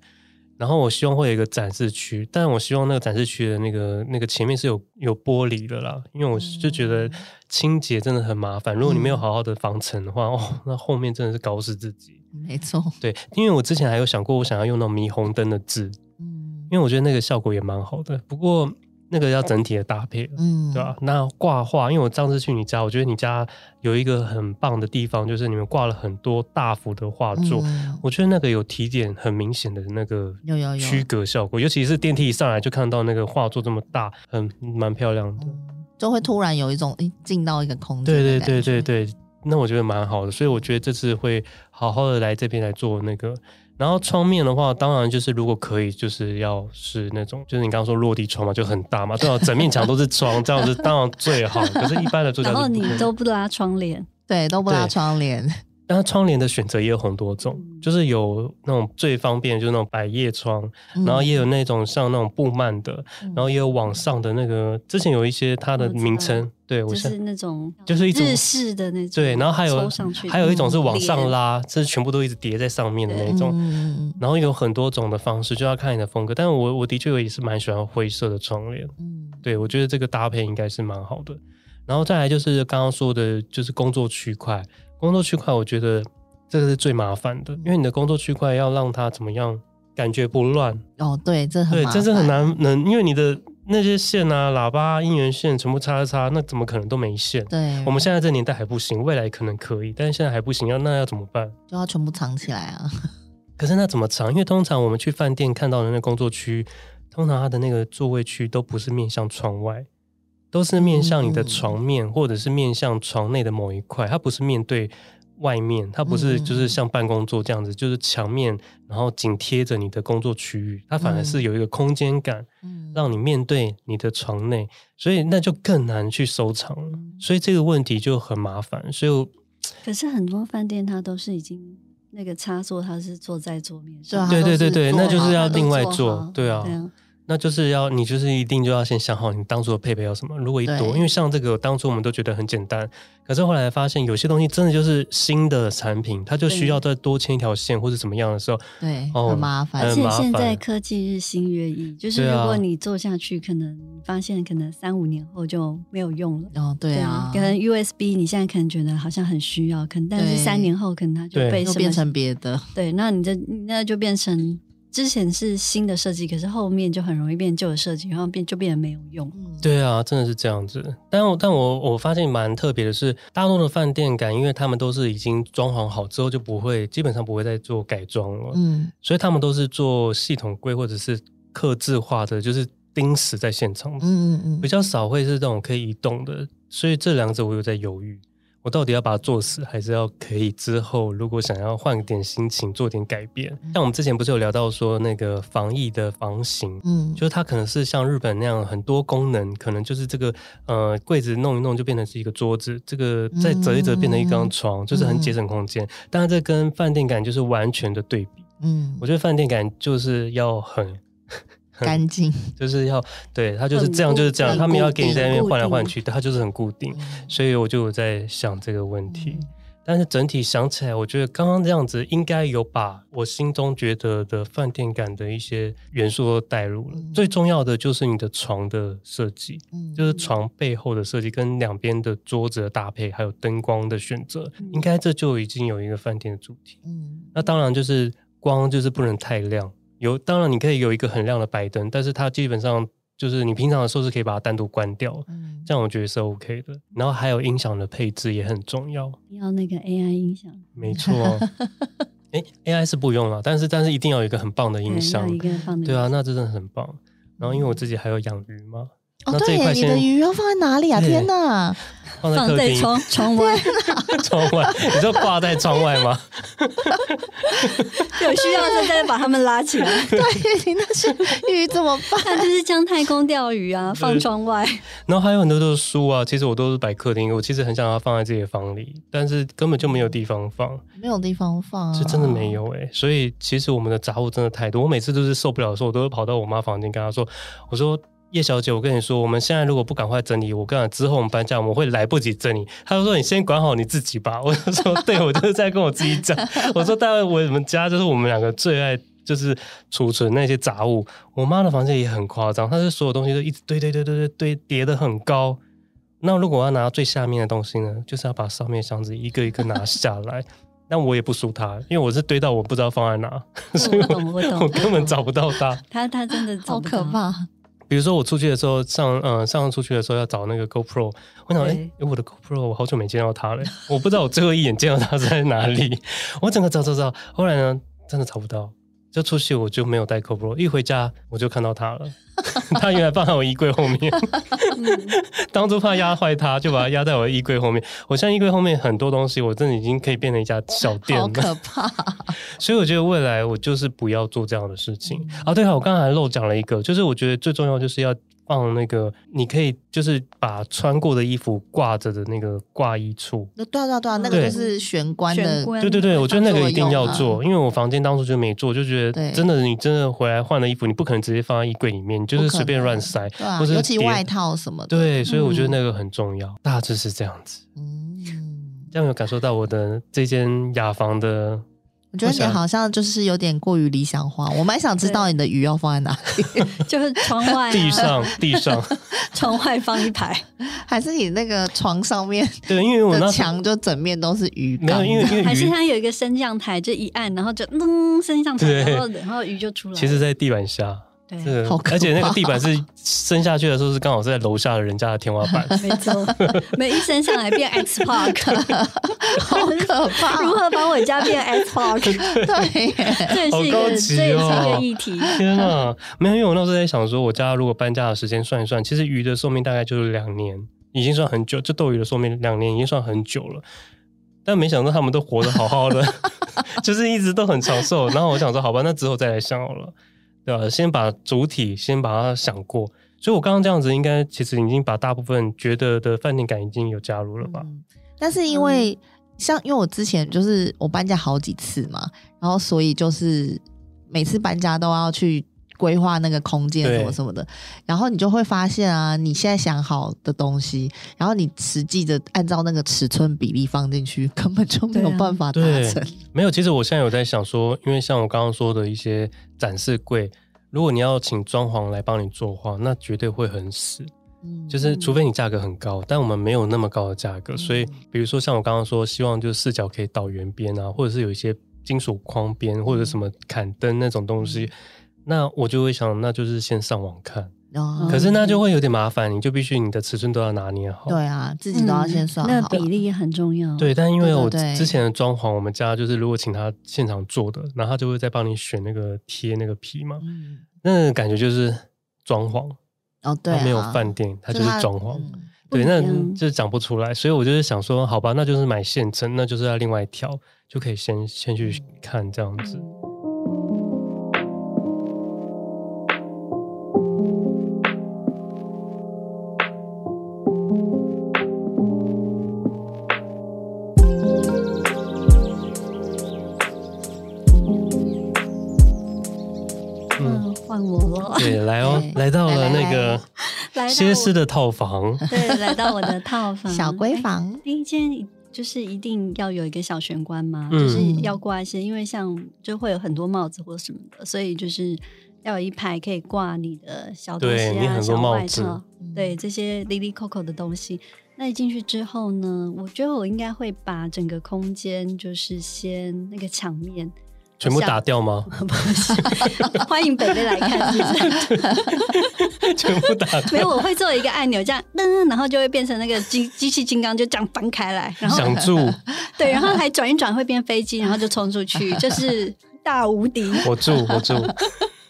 Speaker 3: 然后我希望会有一个展示区，但我希望那个展示区的那个那个前面是有有玻璃的啦，因为我就觉
Speaker 2: 嗯
Speaker 3: 得清洁真的很麻烦，如果你没有好好的防尘的话，哦，那后面真的是搞死自己。
Speaker 1: 没错，
Speaker 3: 对，因为我之前还有想过，我想要用那种霓虹灯的字，
Speaker 1: 嗯
Speaker 3: 因为我觉得那个效果也蛮好的，不过那个要整体的搭配，
Speaker 1: 嗯，
Speaker 3: 对吧、啊那挂画，因为我上次去你家，我觉得你家有一个很棒的地方，就是你们挂了很多大幅的画作，
Speaker 1: 嗯
Speaker 3: 我觉得那个有体检很明显的那个
Speaker 1: 有有有
Speaker 3: 区隔效果，尤其是电梯一上来就看到那个画作这么大，很蛮漂亮的。
Speaker 1: 嗯就会突然有一种诶进到一个空间
Speaker 3: 对对
Speaker 1: 的感
Speaker 3: 对
Speaker 1: 觉，
Speaker 3: 对对，那我觉得蛮好的，所以我觉得这次会好好的来这边来做那个。然后窗面的话，当然就是如果可以，就是要是那种，就是你刚刚说落地窗嘛，就很大嘛，最好整面墙都是窗，这样子当然最好。可是，一般的住家
Speaker 2: 然
Speaker 3: 是
Speaker 2: 后
Speaker 3: 不
Speaker 2: 你
Speaker 3: 会
Speaker 2: 都不拉窗帘，
Speaker 1: 对，都不拉
Speaker 3: 对
Speaker 1: 窗帘，
Speaker 3: 但它窗帘的选择也有很多种，
Speaker 2: 嗯
Speaker 3: 就是有那种最方便的就是那种百叶窗，
Speaker 1: 嗯
Speaker 3: 然后也有那种像那种布幔的，
Speaker 1: 嗯
Speaker 3: 然后也有往上的那个，之前有一些它的
Speaker 2: 嗯我知道
Speaker 3: 名称，对我
Speaker 2: 就
Speaker 3: 现
Speaker 2: 是那种
Speaker 3: 就是一种
Speaker 2: 日式的那种，
Speaker 3: 对，然后还有
Speaker 2: 抽上去的嗯
Speaker 3: 还有一种是往上
Speaker 2: 帘，
Speaker 3: 拉，这全部都一直叠在上面的那
Speaker 1: 嗯
Speaker 3: 种。
Speaker 1: 嗯嗯
Speaker 3: 然后有很多种的方式，就要看你的风格。但我我的确也是蛮喜欢灰色的窗帘，
Speaker 1: 嗯嗯
Speaker 3: 对我觉得这个搭配应该是蛮好的。然后再来就是刚刚说的，就是工作区块，工作区块我觉得这个是最麻烦的，因为你的工作区块要让它怎么样感觉不乱，
Speaker 1: 哦，对，这很
Speaker 3: 对，
Speaker 1: 麻
Speaker 3: 这是很
Speaker 1: 烦
Speaker 3: 难能，因为你的那些线啊、喇叭、音源线全部插一插，那怎么可能都没线？
Speaker 1: 对，
Speaker 3: 我们现在这年代还不行，未来可能可以，但是现在还不行，要那要怎么办？
Speaker 1: 就要全部藏起来啊。
Speaker 3: 可是那怎么藏？因为通常我们去饭店看到的那工作区，通常它的那个座位区都不是面向窗外，都是面向你的
Speaker 1: 嗯
Speaker 3: 床面，或者是面向床内的某一块，它不是面对外面，它不是
Speaker 1: 嗯嗯
Speaker 3: 就是像办公桌这样子，就是墙面，然后紧贴着你的工作区域，它反而是有一个空间感，
Speaker 1: 嗯，
Speaker 3: 让你面对你的床内，所以那就更难去收藏了。
Speaker 1: 嗯
Speaker 3: 所以这个问题就很麻烦，所以我
Speaker 2: 可是很多饭店它都是已经那个插座，它是坐在桌面
Speaker 1: 对啊
Speaker 2: 上，
Speaker 3: 对对对对，
Speaker 1: 都
Speaker 3: 那
Speaker 1: 是做好
Speaker 3: 就是要
Speaker 2: 它都
Speaker 3: 另外
Speaker 2: 做
Speaker 3: 做
Speaker 2: 好，
Speaker 3: 对啊。
Speaker 2: 对啊，
Speaker 3: 那就是要你就是一定就要先想好你当初的配备要什么。如果一
Speaker 1: 对
Speaker 3: 多，因为像这个当初我们都觉得很简单，可是后来发现有些东西真的就是新的产品，它就需要再多牵一条线或者怎么样的时候，
Speaker 1: 对，
Speaker 3: 哦
Speaker 1: 很麻
Speaker 2: 而
Speaker 1: 烦
Speaker 3: 很。
Speaker 2: 且
Speaker 3: 麻
Speaker 2: 现在
Speaker 3: 烦
Speaker 2: 科技日新月异，就是
Speaker 3: 对
Speaker 2: 如
Speaker 3: 啊
Speaker 2: 果你做下去，可能发现可能三五年后就没有用了。
Speaker 1: 哦，对啊，
Speaker 2: 可能 USB 你现在可能觉得好像很需要，可能但是
Speaker 1: 对
Speaker 2: 三年后可能它就
Speaker 3: 对
Speaker 2: 被
Speaker 1: 又
Speaker 2: 什
Speaker 1: 变
Speaker 2: 么
Speaker 1: 成别的，
Speaker 2: 对，那你这你那就变成之前是新的设计，可是后面就很容易变旧的设计，然后变就变得没有用。
Speaker 1: 嗯，
Speaker 3: 对啊，真的是这样子。但我但我我发现蛮特别的是，大陆的饭店感，因为他们都是已经装潢好之后就不会，基本上不会再做改装了，
Speaker 1: 嗯，
Speaker 3: 所以他们都是做系统柜或者是刻制化的，就是钉死在现场的。
Speaker 1: 嗯嗯嗯，
Speaker 3: 比较少会是这种可以移动的，所以这两者我有在犹豫，我到底要把它做死，还是要可以之后如果想要换点心情做点改变？像我们之前不是有聊到说那个防疫的房型。
Speaker 1: 嗯，
Speaker 3: 就是它可能是像日本那样很多功能，可能就是这个呃柜子弄一弄就变成是一个桌子，这个再折一折变成一张床，就是很节省空间。当然这跟饭店感就是完全的对比。
Speaker 1: 嗯
Speaker 3: 我觉得饭店感就是要很
Speaker 1: 干净，
Speaker 3: 就是要对他就是这样，
Speaker 2: 很固
Speaker 3: 就是这样，
Speaker 2: 很
Speaker 3: 他们要给你
Speaker 2: 固定
Speaker 3: 在那边
Speaker 2: 固
Speaker 3: 换来
Speaker 2: 定
Speaker 3: 换去，他就是很固
Speaker 1: 嗯
Speaker 3: 定，所以我就有在想这个问题。
Speaker 2: 嗯
Speaker 3: 但是整体想起来，我觉得刚刚这样子应该有把我心中觉得的饭店感的一些元素都带入了。
Speaker 1: 嗯
Speaker 3: 最重要的就是你的床的设计，
Speaker 1: 嗯
Speaker 3: 就是床背后的设计跟两边的桌子的搭配，还有灯光的选择，
Speaker 2: 嗯
Speaker 3: 应该这就已经有一个饭店的主题。
Speaker 1: 嗯
Speaker 3: 那当然就是光就是不能太亮，有当然你可以有一个很亮的白灯，但是它基本上就是你平常的时候是可以把它单独关掉，
Speaker 1: 嗯，
Speaker 3: 这样我觉得是 OK 的。然后还有音响的配置也很重要，
Speaker 2: 要那个 AI 音响，
Speaker 3: 没错。 哎，AI 是不用了，但是但是一定要有一个很棒的音
Speaker 2: 对要
Speaker 3: 响
Speaker 2: 一，个放的
Speaker 3: 对啊，那真的很棒。然后因为我
Speaker 2: 嗯
Speaker 3: 自己还有养鱼嘛，
Speaker 1: 哦
Speaker 3: 那这
Speaker 1: 对
Speaker 3: 一
Speaker 1: 耶，
Speaker 3: 块
Speaker 1: 你的
Speaker 3: 先
Speaker 1: 鱼要放在哪里啊？
Speaker 3: 对
Speaker 1: 天哪，
Speaker 3: 放在
Speaker 2: 放
Speaker 3: 客
Speaker 2: 在
Speaker 3: 厅
Speaker 2: 窗窗外，
Speaker 3: 窗外，你就挂在窗外吗？
Speaker 2: 有需要的再把它们拉 起来。
Speaker 1: 对，你那些鱼怎么办？
Speaker 2: 那就是像太空钓鱼啊，放
Speaker 3: 对
Speaker 2: 窗 外。
Speaker 3: 然后还有很多都是书啊，其实我都是摆客厅，我其实很想要放在自己的房里，但是根本就没有地方放，
Speaker 1: 没有地方放，啊
Speaker 3: 是真的没。有哎、所以其实我们的杂物真的太多，我每次都是受不了的时候，我都会跑到我妈房间跟她说：“我说叶小姐，我跟你说，我们现在如果不赶快整理，我跟你讲，之后我们搬家我们会来不及整理。”她就说：“你先管好你自己吧。” 我就说：“对，我就是在跟我自己讲。”我说：“待会我们家就是我们两个最爱。”就是储存那些杂物，我妈的房间也很夸张，她是所有东西都一直堆堆堆堆堆堆叠得很高。那如果我要拿最下面的东西呢，就是要把上面的箱子一个一个拿下来。但我也不输她，因为我是堆到我不知道放在哪，所以
Speaker 2: 我懂，我懂，
Speaker 3: 我根本找不到它。
Speaker 2: 他，他真的
Speaker 1: 好
Speaker 2: 找不
Speaker 1: 可
Speaker 2: 到。
Speaker 1: 怕！
Speaker 3: 比如说我出去的时候，上嗯、呃、上次出去的时候要找那个 GoPro，我想哎、
Speaker 2: 对
Speaker 3: 诶我的 GoPro 我好久没见到它了，我不知道我最后一眼见到它是在哪里，我整个找找找，后来呢真的找不到，就出去我就没有带 GoPro，一回家我就看到它了，它原来放在我衣柜后面，当初怕压坏它，就把它压在我的衣柜后面。我现在衣柜后面很多东西，我真的已经可以变成一家小店
Speaker 1: 好
Speaker 3: 了。
Speaker 1: 可怕！
Speaker 3: 所以我觉得未来我就是不要做这样的事情
Speaker 1: 嗯
Speaker 3: 啊。对了，我刚才还漏讲了一个，就是我觉得最重要就是要放那个，你可以就是把穿过的衣服挂着的那个挂衣处。
Speaker 1: 对啊对啊对啊，那个
Speaker 3: 对
Speaker 1: 就是玄关
Speaker 2: 玄
Speaker 1: 的，
Speaker 2: 关
Speaker 3: 对对对，我觉得那个一定要
Speaker 1: 当作用啊
Speaker 3: 做，因为我房间当初就没做，就觉
Speaker 1: 对
Speaker 3: 得真的，你真的回来换了衣服，你不可能直接放在衣柜里面，你就是随便乱塞，
Speaker 1: 对啊，
Speaker 3: 或者
Speaker 1: 尤
Speaker 3: 是
Speaker 1: 其
Speaker 3: 叠
Speaker 1: 外套嗯什么的，，
Speaker 3: 对，所以我觉得那个很重要，大致是这样子。
Speaker 1: 嗯，
Speaker 3: 这样有感受到我的这间雅房的，
Speaker 1: 我觉得你好像就是有点过于理想化，我蛮想知道你的鱼要放在哪，
Speaker 2: 就是窗外、啊、
Speaker 3: 地上地上，
Speaker 2: 窗外放一排，
Speaker 1: 还是你那个床上面
Speaker 3: 对，因为我那
Speaker 1: 的
Speaker 3: 时候
Speaker 1: 墙就整面都是鱼
Speaker 3: 没
Speaker 1: 缸
Speaker 3: 有，，因为因为
Speaker 2: 还是
Speaker 3: 鱼
Speaker 2: 它有一个升降台，就一按，然后就噔升降台，
Speaker 3: 对
Speaker 2: 然后然后鱼就出来了。
Speaker 3: 其实在地板下，
Speaker 2: 对，
Speaker 3: 这个
Speaker 1: 好可怕
Speaker 3: 而且那个地板是伸下去的时候是刚好是在楼下的人家的天花板，
Speaker 2: 没错， 每一升上来变 X Park，
Speaker 1: 好可 怕，
Speaker 2: 如何把我家变 X Park？
Speaker 1: 对耶，
Speaker 2: 这也是一
Speaker 3: 好
Speaker 2: 个，
Speaker 3: 高级
Speaker 2: 这也是一
Speaker 3: 哦
Speaker 2: 个议题。
Speaker 3: 天啊，没有，因为我那时候在想说，我家如果搬家的时间算一算，其实鱼的寿命大概就是两年，已经算很久。这斗鱼的寿命两年已经算很久了，但没想到他们都活得好好的， 就是一直都很长寿。然后我想说，好吧，那之后再来想好了，对吧、先把主体先把它想过。所以我刚刚这样子，应该其实已经把大部分觉得的饭店感已经有加入了吧？
Speaker 1: 嗯但是因为
Speaker 3: 嗯
Speaker 1: 像因为我之前就是我搬家好几次嘛，然后所以就是每次搬家都要去规划那个空间
Speaker 3: 对
Speaker 1: 什么什么的，然后你就会发现啊，你现在想好的东西，然后你实际的按照那个尺寸比例放进去，根本就没有
Speaker 2: 对啊
Speaker 1: 办法达
Speaker 3: 对
Speaker 1: 成。
Speaker 3: 没有，其实我现在有在想说，因为像我刚刚说的一些展示柜，如果你要请装潢来帮你做的话，那绝对会很死。
Speaker 1: 嗯
Speaker 3: 就是除非你价格很高，但我们没有那么高的价格，
Speaker 1: 嗯
Speaker 3: 所以比如说像我刚刚说，希望就是视角可以倒圆边啊，或者是有一些金属框边或者什
Speaker 1: 嗯
Speaker 3: 么砍灯那种东西，那我就会想，那就是先上网看。
Speaker 1: 哦
Speaker 3: 可是那就会有点麻烦，你就必须你的尺寸都要拿捏好。
Speaker 1: 对啊，自己都要先
Speaker 3: 嗯
Speaker 1: 算
Speaker 2: 嗯那
Speaker 1: 好。
Speaker 2: 比例也很重要。，
Speaker 3: 对，但因为
Speaker 1: 对对
Speaker 3: 我
Speaker 1: 对
Speaker 3: 之前的装潢，我们家就是如果请他现场做的，然后他就会再帮你选那个贴那个皮嘛，
Speaker 1: 嗯
Speaker 3: 那个感觉就是装潢，
Speaker 1: 哦，对、啊，
Speaker 3: 它没有饭店，它就是
Speaker 1: 它
Speaker 3: 装潢，
Speaker 1: 嗯
Speaker 3: 对，
Speaker 2: 不一
Speaker 3: 那
Speaker 2: 样
Speaker 3: 就讲不出来。所以我就是想说，好吧，那就是买现成，那就是要另外一条，就可以先先去看这样子。嗯，
Speaker 2: 嗯，换我了，
Speaker 3: 对，来哦，
Speaker 1: 对
Speaker 3: 来到了
Speaker 1: 来来
Speaker 3: 那个
Speaker 2: 来到
Speaker 3: 歇斯
Speaker 2: 我
Speaker 3: 的套房，
Speaker 2: 对，来到我的套房
Speaker 1: 嗯小闺
Speaker 2: 哎
Speaker 1: 房，
Speaker 2: 第一间就是一定要有一个小玄关嘛，
Speaker 3: 嗯
Speaker 2: 就是要挂一些，因为像就会有很多帽子或什么的，所以就是要有一排可以挂你的小东西
Speaker 3: 对你
Speaker 2: 啊、
Speaker 3: 很
Speaker 2: 小
Speaker 3: 多
Speaker 2: 外
Speaker 3: 帽子
Speaker 2: 套，对这些里里扣扣的东西。那一进去之后呢，我觉得我应该会把整个空间就是先那个墙面，
Speaker 3: 全部
Speaker 2: 想
Speaker 3: 打掉吗？
Speaker 2: 欢迎北北来看，是不是？
Speaker 3: 全部打
Speaker 2: 没有，
Speaker 3: 掉，
Speaker 2: 我会做一个按钮，这样噔，然后就会变成那个机机器金刚就这样翻开来，然后
Speaker 3: 想住
Speaker 2: 对，然后还转一转会变飞机，然后就冲出去，就是大无敌。
Speaker 3: 我住我住，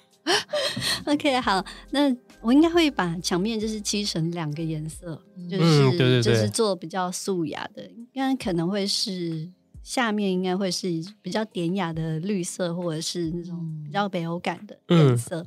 Speaker 2: OK，好，那我应该会把墙面就是漆成两个颜色，就是、
Speaker 3: 嗯对对对
Speaker 2: 就是做比较素雅的，应该可能会是下面应该会是比较典雅的绿色，或者是那
Speaker 3: 嗯
Speaker 2: 种比较北欧感的颜色。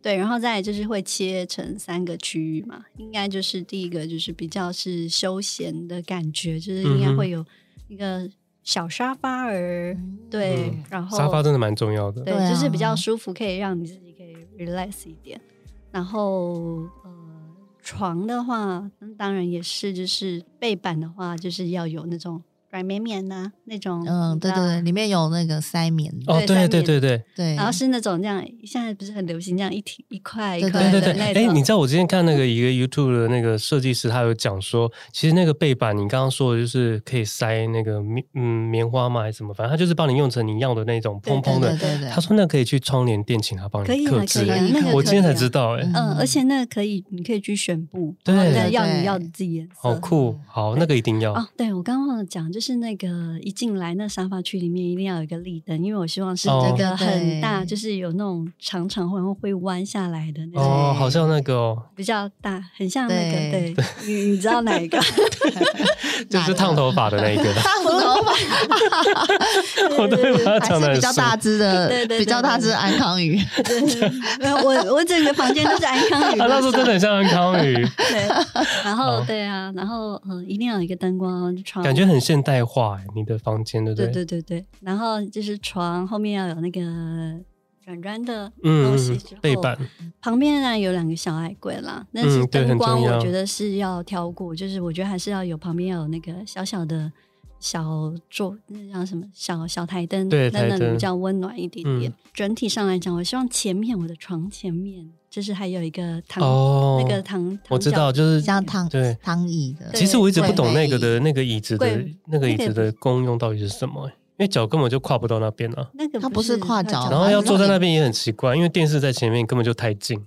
Speaker 2: 对，然后再来就是会切成三个区域嘛，应该就是第一个就是比较是休闲的感觉，就是应该
Speaker 3: 嗯哼
Speaker 2: 会有一个小沙发儿，对，
Speaker 3: 嗯
Speaker 2: 然后
Speaker 3: 沙发真的蛮重要的。
Speaker 2: 对，
Speaker 1: 对
Speaker 2: 就是比
Speaker 1: 啊
Speaker 2: 较舒服，可以让你自己可以 relax 一点。然后呃，床的话，那当然也是，就是背板的话，就是要有那种软绵绵呐、那种，
Speaker 1: 嗯，
Speaker 2: 你知
Speaker 1: 对
Speaker 2: 道
Speaker 1: 对对，里面有那个塞棉，
Speaker 3: 哦，
Speaker 2: 对上
Speaker 3: 对对
Speaker 2: 面
Speaker 3: 对对
Speaker 1: 对，
Speaker 2: 然后是那种这样，现在不是很流行这样一体一块一
Speaker 1: 对
Speaker 2: 块的
Speaker 3: 对对
Speaker 2: 那
Speaker 3: 对，
Speaker 2: 种，
Speaker 3: 哎，你知道我之前看那个一个 YouTube 的那个设计师，他有讲说，其实那个背板你刚刚说的就是可以塞那个棉嗯棉花嘛还是什么，反正他就是帮你用成你要的那种蓬
Speaker 2: 对
Speaker 3: 蓬
Speaker 1: 对
Speaker 3: 的
Speaker 1: 对。对对，
Speaker 3: 哦他说那可以去窗帘店请他帮
Speaker 2: 可
Speaker 3: 你
Speaker 2: 以啊
Speaker 3: 刻制
Speaker 2: 可以
Speaker 1: 啊那，个
Speaker 3: 我今天
Speaker 2: 可以
Speaker 3: 才
Speaker 2: 啊
Speaker 3: 知道哎，
Speaker 2: 嗯，而且那个可以，你可以去选布，
Speaker 3: 对
Speaker 2: 然后再要
Speaker 1: 对
Speaker 2: 你要的自己颜色。嗯
Speaker 3: 好酷，好那个一定要
Speaker 2: 哦哦，对，我刚刚忘了讲，就是那个一进来那沙发区里面一定要有一个立灯，因为我希望是
Speaker 3: 哦
Speaker 2: 这个很大，
Speaker 1: 对
Speaker 2: 就是有那种长长然后会弯下来的那种。
Speaker 3: 哦，好像那 个哦，
Speaker 2: 比较大，很像那个，
Speaker 1: 对
Speaker 2: 对你你知道哪一个？
Speaker 3: 就是烫头发的那一个 吧，
Speaker 1: 烫头发
Speaker 3: 我都会把它
Speaker 1: 还
Speaker 3: 讲的
Speaker 1: 是
Speaker 3: 很
Speaker 1: 比较
Speaker 3: 熟
Speaker 1: 大只的，
Speaker 2: 对对对
Speaker 1: 比较大只
Speaker 2: 对
Speaker 1: 的安康 鱼，
Speaker 2: 没有呃我我整个房间都是安康鱼
Speaker 3: 他啊那时候真的很像安康 鱼，
Speaker 2: 对，然后
Speaker 3: 哦
Speaker 2: 对啊，然后嗯、呃一定要有一个灯光床，
Speaker 3: 感觉很现代化欸。你的房间对不
Speaker 2: 对
Speaker 3: 对
Speaker 2: 对对对，然后就是床后面要有那个软软的
Speaker 3: 嗯，
Speaker 2: 东西
Speaker 3: 嗯
Speaker 2: 之后，
Speaker 3: 背板
Speaker 2: 旁边呢有两个小矮柜啦，但
Speaker 3: 嗯
Speaker 2: 是
Speaker 3: 对
Speaker 2: 灯
Speaker 3: 很
Speaker 2: 光
Speaker 3: 重要
Speaker 2: 我觉得是要挑过，就是我觉得还是要有旁边要有那个小小的小桌，那叫什么小小台灯，
Speaker 3: 对
Speaker 2: 那
Speaker 3: 台
Speaker 2: 那
Speaker 3: 灯嗯
Speaker 2: 里比较温暖一点点。整体上来讲，我希望前面我的床前面就是还有一个躺、
Speaker 3: 哦，
Speaker 2: 那个躺，
Speaker 3: 我
Speaker 2: 躺
Speaker 3: 知
Speaker 2: 脚
Speaker 3: 道，就是
Speaker 1: 像躺
Speaker 3: 对。
Speaker 1: 躺椅的。
Speaker 3: 其实我一直不懂那个
Speaker 1: 对
Speaker 3: 的那个椅子的
Speaker 2: 贵
Speaker 3: 那个椅
Speaker 2: 那个
Speaker 3: 子
Speaker 2: 也
Speaker 3: 的功用到底是什么欸，因为脚根本就跨不到那边啊。
Speaker 2: 那个
Speaker 1: 它不
Speaker 2: 不
Speaker 1: 是跨脚哦
Speaker 2: 脚
Speaker 3: 然后
Speaker 1: 它
Speaker 3: 要
Speaker 1: 是
Speaker 3: 坐在
Speaker 1: 让
Speaker 3: 那
Speaker 1: 你
Speaker 3: 边也很奇怪，因为电视在前面，根本就太近。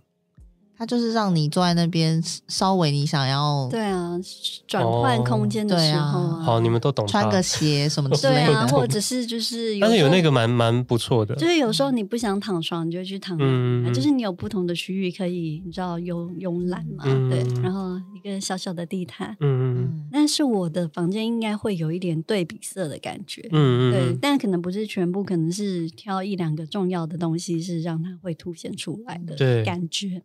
Speaker 1: 它就是让你坐在那边，稍微你想要
Speaker 2: 对啊，转换空间的时候
Speaker 1: 哦对
Speaker 2: 啊，
Speaker 3: 好，你们都懂它。
Speaker 1: 穿个鞋什么之
Speaker 2: 对
Speaker 1: 类
Speaker 2: 啊，
Speaker 1: 的。
Speaker 2: 或者是就是
Speaker 3: 但是
Speaker 2: 时
Speaker 3: 有
Speaker 2: 候
Speaker 3: 那个蛮蛮不错的，
Speaker 2: 就是有时候你不想躺床，你就去躺、
Speaker 3: 嗯
Speaker 2: 啊，就是你有不同的区域可以，你知道慵慵懒嘛，
Speaker 3: 嗯
Speaker 2: 对，然后一个小小的地毯，
Speaker 3: 嗯嗯
Speaker 1: 嗯，
Speaker 2: 但是我的房间应该会有一点对比色的感觉，
Speaker 3: 嗯
Speaker 2: 对
Speaker 3: 嗯，
Speaker 2: 但可能不是全部，可能是挑一两个重要的东西是让它会凸显出来
Speaker 3: 对
Speaker 2: 的感觉，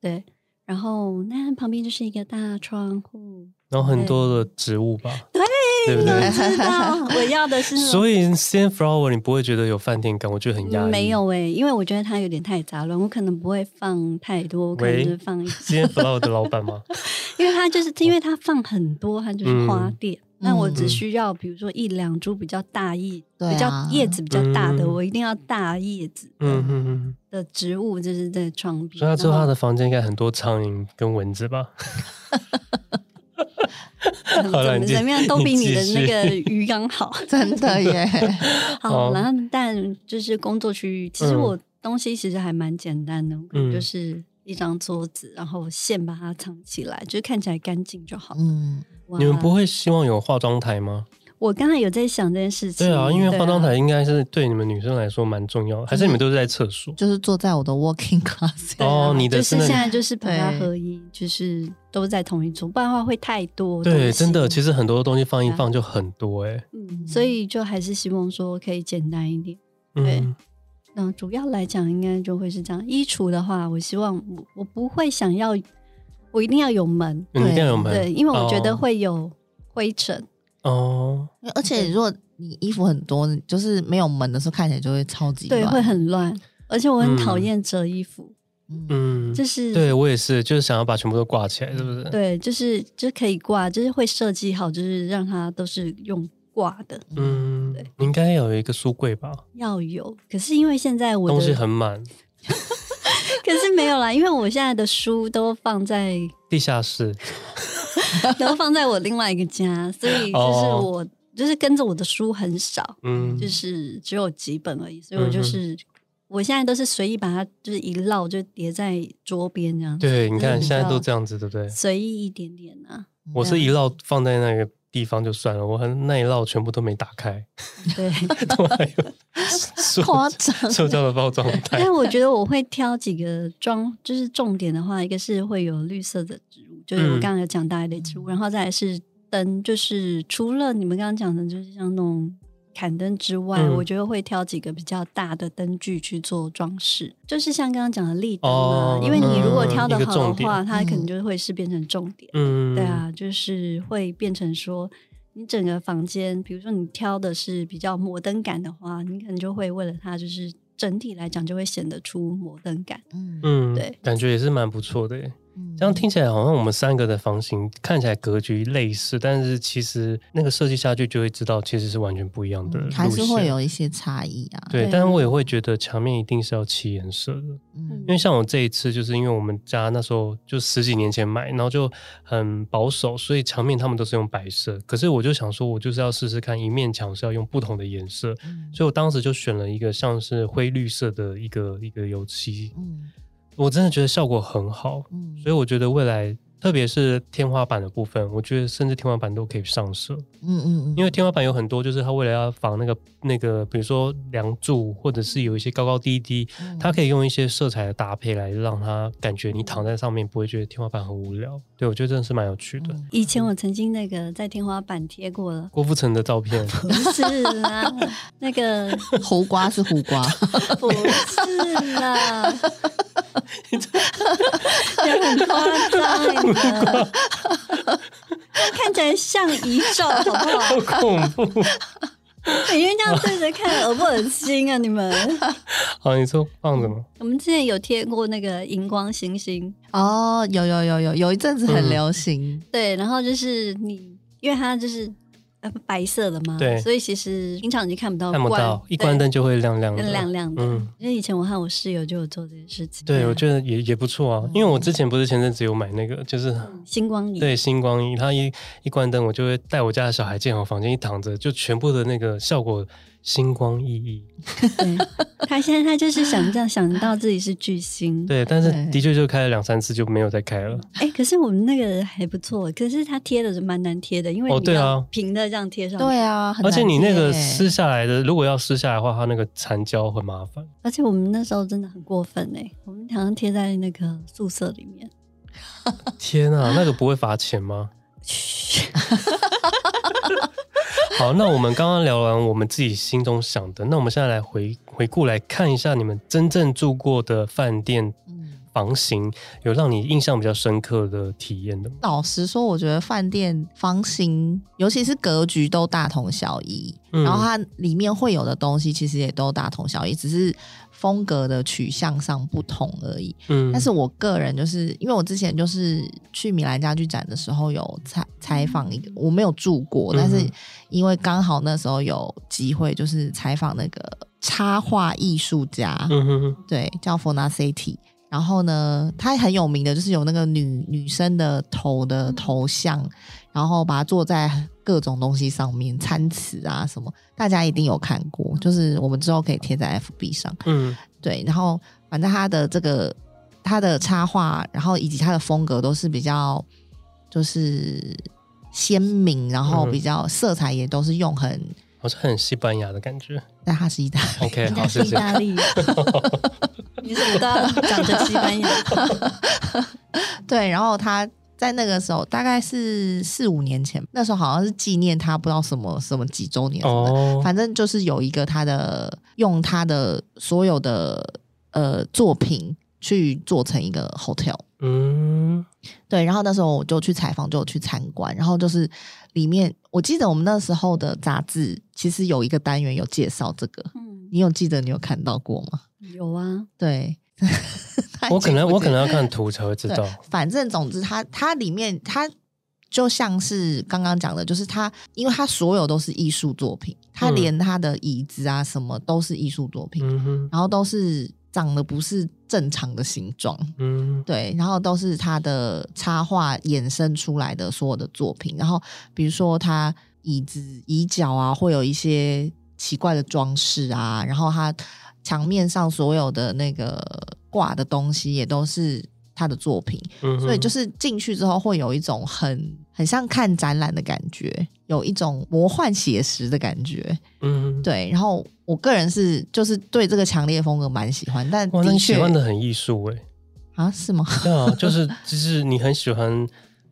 Speaker 2: 对，然后那旁边就是一个大窗 户，
Speaker 3: 然后很多的植物吧，对对不对？
Speaker 2: 知道我要的是那种
Speaker 3: 所以 sunflower 你不会觉得有饭店感，我觉得很压抑。
Speaker 2: 没有诶、因为我觉得它有点太杂乱，我可能不会放太多，我可能
Speaker 3: 喂
Speaker 2: 就是放一，
Speaker 3: sunflower 的老板吗？
Speaker 2: 因为它 就是因为它放很多，它就是花店。那我
Speaker 3: 哦嗯
Speaker 2: 只需要比如说一两株比较大叶，
Speaker 1: 对啊
Speaker 2: 比较叶子比较大的，
Speaker 3: 嗯
Speaker 2: 我一定要大叶子
Speaker 3: 嗯嗯嗯，
Speaker 2: 的植物，就是在窗边。
Speaker 3: 所以他之后
Speaker 2: 然
Speaker 3: 他
Speaker 2: 后
Speaker 3: 的房间应该很多苍蝇跟蚊子吧？
Speaker 2: 怎
Speaker 3: 好了
Speaker 2: 么
Speaker 3: 你继
Speaker 2: 怎么 样都比你
Speaker 3: 你继
Speaker 2: 的
Speaker 3: 续
Speaker 2: 那个鱼缸 好。
Speaker 1: 真的 耶，
Speaker 3: 好
Speaker 2: 好，然后但就是工作区域，其实
Speaker 3: 嗯
Speaker 2: 我东西其实还蛮简单的，我可能
Speaker 3: 嗯
Speaker 2: 就是一张桌子，然后线把它藏起来，就是看起来干净就好。
Speaker 1: 嗯，
Speaker 2: 哇
Speaker 3: 你们不会希望有化妆台吗？
Speaker 2: 我刚才有在想这件事情。
Speaker 3: 对啊，因为
Speaker 2: 对啊
Speaker 3: 化妆台应该是对你们女生来说蛮重要的，还是你们都是在厕所？
Speaker 1: 就是坐在我的 walking class，
Speaker 2: 对啊
Speaker 3: 哦你的
Speaker 2: 就是
Speaker 3: 是那
Speaker 2: 现
Speaker 3: 个
Speaker 2: 在就是把它
Speaker 1: 对
Speaker 2: 合一，就是都在同一组，不然的话会太多。
Speaker 3: 对，真的，
Speaker 2: 实、
Speaker 3: 其实很多东西放一
Speaker 2: 对啊
Speaker 3: 放就很多哎。
Speaker 2: 嗯，所以就还是希望说可以简单一点。对
Speaker 3: 嗯，
Speaker 2: 那主要来讲，应该就会是这样。衣橱的话，我希望我我不会想要，我一定要有门，
Speaker 3: 你一定要有
Speaker 2: 对，
Speaker 3: 门
Speaker 2: 因为我觉
Speaker 3: 哦
Speaker 2: 得会有灰尘。
Speaker 3: 哦。
Speaker 1: 而且如果你衣服很多，就是没有门的时候，看起来就会超级
Speaker 2: 对，
Speaker 1: 乱
Speaker 2: 会很乱。而且我很
Speaker 3: 嗯
Speaker 2: 讨厌折衣服，
Speaker 1: 嗯
Speaker 3: 嗯，
Speaker 2: 就是
Speaker 3: 对我也是，就是想要把全部都挂起来，是不是？
Speaker 2: 对就是就是可以挂，就是会设计好，就是让它都是用挂的，
Speaker 3: 嗯
Speaker 2: 对，
Speaker 3: 你应该有一个书柜吧，
Speaker 2: 要有。可是因为现在我
Speaker 3: 东西
Speaker 2: 的，
Speaker 3: 很满，
Speaker 2: 可是没有啦，因为我现在的书都放在
Speaker 3: 地下室。
Speaker 2: 都放在我另外一个家，所以就是
Speaker 3: 哦
Speaker 2: 我、就是跟着我的书很少，
Speaker 3: 嗯，
Speaker 2: 就是只有几本而已，所以我
Speaker 3: 嗯
Speaker 2: 就
Speaker 3: 哼
Speaker 2: 是。我现在都是随意把它，就是一摞就叠在桌边这样子，
Speaker 3: 对，你看
Speaker 2: 就是比
Speaker 3: 现在
Speaker 2: 较
Speaker 3: 都这样子，对不对？
Speaker 2: 随意一点点啊。
Speaker 3: 嗯我是一摞放在那个地方就算了，我很那一摞全部都没打开，
Speaker 2: 对，
Speaker 3: 都还 有塑
Speaker 1: 夸张，
Speaker 3: 塑胶的包装袋
Speaker 2: 但。我觉得我会挑几个装，就是重点的话，一个是会有绿色的植物，就是我
Speaker 3: 嗯
Speaker 2: 刚刚有讲大一类植物，然后再来是灯，就是除了你们刚刚讲的，就是像那种砍灯之外，
Speaker 3: 嗯
Speaker 2: 我觉得会挑几个比较大的灯具去做装饰，就是像刚刚讲的立灯啊，
Speaker 3: 哦
Speaker 2: 因为你如果
Speaker 1: 嗯
Speaker 2: 挑的
Speaker 3: 一个
Speaker 2: 好
Speaker 3: 重
Speaker 2: 的
Speaker 3: 点
Speaker 2: 话，它可能
Speaker 1: 嗯
Speaker 2: 就会是变成重点。
Speaker 3: 嗯，
Speaker 2: 对，啊，就是会变成说，你整个房间，比如说你挑的是比较摩登感的话，你可能就会为了它，就是整体来讲就会显得出摩登感。
Speaker 1: 嗯
Speaker 3: 嗯，
Speaker 2: 对，
Speaker 3: 感觉也是蛮不错的耶。
Speaker 1: 嗯
Speaker 3: 这样听起来好像我们三个的房型看起来格局类似，但是其实那个设计下去就会知道，其实是完全不一样的路
Speaker 1: 嗯
Speaker 3: 线。
Speaker 1: 还是会有一些差异啊。
Speaker 3: 对，
Speaker 2: 对
Speaker 3: 但是我也会觉得墙面一定是要漆颜色的，
Speaker 1: 嗯
Speaker 3: 因为像我这一次，就是因为我们家那时候就十几年前买，然后就很保守，所以墙面他们都是用白色。可是我就想说，我就是要试试看，一面墙是要用不同的颜色，
Speaker 1: 嗯
Speaker 3: 所以我当时就选了一个像是灰绿色的一个一个油漆，
Speaker 1: 嗯
Speaker 3: 我真的觉得效果很好。
Speaker 1: 嗯
Speaker 3: 所以我觉得未来特别是天花板的部分，我觉得甚至天花板都可以上色，
Speaker 1: 嗯嗯嗯，
Speaker 3: 因为天花板有很多就是它为了要防那个那个，比如说梁柱或者是有一些高高低低，
Speaker 1: 嗯
Speaker 3: 它可以用一些色彩的搭配来让它感觉你躺在上面不会觉得天花板很无聊。对我觉得真的是蛮有趣的。
Speaker 1: 嗯
Speaker 2: 以前我曾经那个在天花板贴过了，
Speaker 3: 郭富城的照片，
Speaker 2: 不是啦，那个
Speaker 1: 胡瓜是胡 瓜，
Speaker 2: 不是啦，有很夸张的，看起来像遗照，好不好
Speaker 3: 好？恐怖！
Speaker 2: 因为这样对着看，恶不恶心啊？你们，
Speaker 3: 好，你说放着吗？
Speaker 2: 我们之前有贴过那个荧光星星，
Speaker 1: 哦，有有有有有一阵子
Speaker 3: 嗯
Speaker 1: 很流行，
Speaker 2: 对，然后就是你，因为它就是呃白色的嘛，
Speaker 3: 对
Speaker 2: 所以其实平常你就看不到
Speaker 3: 看不
Speaker 2: 关，
Speaker 3: 到，一关灯就会亮亮
Speaker 2: 对
Speaker 3: 的。
Speaker 2: 亮亮的。
Speaker 3: 嗯
Speaker 2: 因为以前我和我室友就有做这件事情，
Speaker 3: 对，我觉得也也不错啊，因为我之前不是前阵子有买那个，就是
Speaker 2: 星光
Speaker 1: 嗯
Speaker 2: 椅，
Speaker 3: 对星光一，它一一关灯，我就会带我家的小孩进我房间一躺着，就全部的那个效果星光熠熠。
Speaker 2: 对，他现在他就是想这样想到自己是巨星，
Speaker 3: 对，但是
Speaker 1: 对嗯
Speaker 3: 的确就开了两三次就没有再开了。
Speaker 2: 哎、可是我们那个还不错，可是他贴的是蛮难贴的，因为
Speaker 3: 哦
Speaker 2: 你
Speaker 3: 对啊
Speaker 2: 要平的这样贴上去，
Speaker 1: 对啊，很
Speaker 3: 而且你那个
Speaker 1: 难贴耶
Speaker 3: 撕下来的，如果要撕下来的话，它那个残胶很麻烦。
Speaker 1: 哦
Speaker 2: 而且我们那时候真的很过分哎、我们常常贴在那个宿舍里面，
Speaker 3: 天啊，那个不会罚钱 吗？好，那我们刚刚聊完我们自己心中想的，那我们现在来回回顾来看一下你们真正住过的饭店
Speaker 1: 嗯
Speaker 3: 房型，有让你印象比较深刻的体验的吗？
Speaker 1: 老实说，我觉得饭店房型，尤其是格局都大同小异，
Speaker 3: 嗯
Speaker 1: 然后它里面会有的东西其实也都大同小异，只是风格的取向上不同而已。
Speaker 3: 嗯
Speaker 1: 但是我个人就是因为我之前就是去米兰家具展的时候有采采访一个，我没有住过，
Speaker 3: 嗯
Speaker 1: 但是因为刚好那时候有机会，就是采访那个插画艺术家，
Speaker 3: 嗯哼哼，
Speaker 1: 对，叫 Fornasetti。然后呢，他很有名的就是有那个女女生的头的头像，然后把它做在各种东西上面，餐瓷啊什么，大家一定有看过，就是我们之后可以贴在 FB 上。
Speaker 3: 嗯
Speaker 1: 对，然后反正他的这个他的插画，然后以及他的风格都是比较就是鲜明，然后
Speaker 3: 嗯
Speaker 1: 比较色彩也都是用很，
Speaker 3: 好像很西班牙的感觉。
Speaker 1: 但他是意大利
Speaker 3: OK，
Speaker 2: 人
Speaker 3: 好，
Speaker 2: 家
Speaker 3: 谢
Speaker 2: 是意
Speaker 3: 谢。
Speaker 2: 大利人， 你怎么都要讲着西班牙？
Speaker 1: 对，然后他在那个时候大概是四五年前，那时候好像是纪念他不知道什么什么几周年什么的，
Speaker 3: 哦，
Speaker 1: 反正就是有一个他的用他的所有的呃作品去做成一个 hotel。
Speaker 3: 嗯
Speaker 1: 对，然后那时候我就去采访，就有去参观，然后就是里面，我记得我们那时候的杂志其实有一个单元有介绍这个，
Speaker 2: 嗯，
Speaker 1: 你有记得你有看到过吗？
Speaker 2: 有啊，
Speaker 1: 对，
Speaker 3: 我可能我可
Speaker 1: 能。
Speaker 3: 能要看图才会知
Speaker 1: 对，
Speaker 3: 道。
Speaker 1: 反正总之它，它里面它就像是刚刚讲的，就是它，因为它所有都是艺术作品，它
Speaker 3: 嗯
Speaker 1: 连它的椅子啊什么都是艺术作品，
Speaker 3: 嗯哼，
Speaker 1: 然后都是长得不是正常的形状。
Speaker 3: 嗯
Speaker 1: 对，然后都是他的插画衍生出来的所有的作品，然后比如说他椅子椅脚啊，会有一些奇怪的装饰啊，然后他墙面上所有的那个挂的东西也都是他的作品，
Speaker 3: 嗯哼，
Speaker 1: 所以就是进去之后会有一种很很像看展览的感觉，有一种魔幻写实的感觉。
Speaker 3: 嗯哼，
Speaker 1: 对，然后我个人是就是对这个强烈风格蛮喜欢，但
Speaker 3: 哇，那
Speaker 1: 的
Speaker 3: 你喜
Speaker 1: 确
Speaker 3: 欢的很艺术 哎。
Speaker 1: 啊是吗？
Speaker 3: 对啊，就是就是你很喜欢，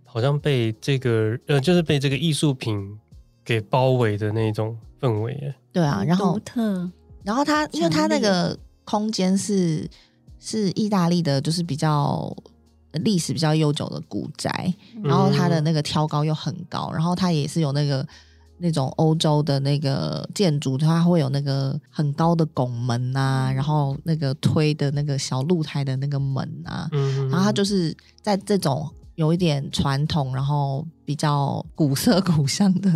Speaker 3: 好像被这个呃，就是被这个艺术品给包围的那种氛围欸耶。
Speaker 1: 对啊，然后
Speaker 2: 独特，
Speaker 1: 然后它，因为它那个空间是是意大利的，就是比较历史比较悠久的古宅，嗯然后它的
Speaker 2: 嗯
Speaker 1: 那个挑高又很高，然后它也是有那个那种欧洲的那个建筑，它会有那个很高的拱门呐、然后那个推的那个小露台的那个门啊，
Speaker 3: 嗯，
Speaker 1: 然后它就是在这种有一点传统，然后比较古色古香的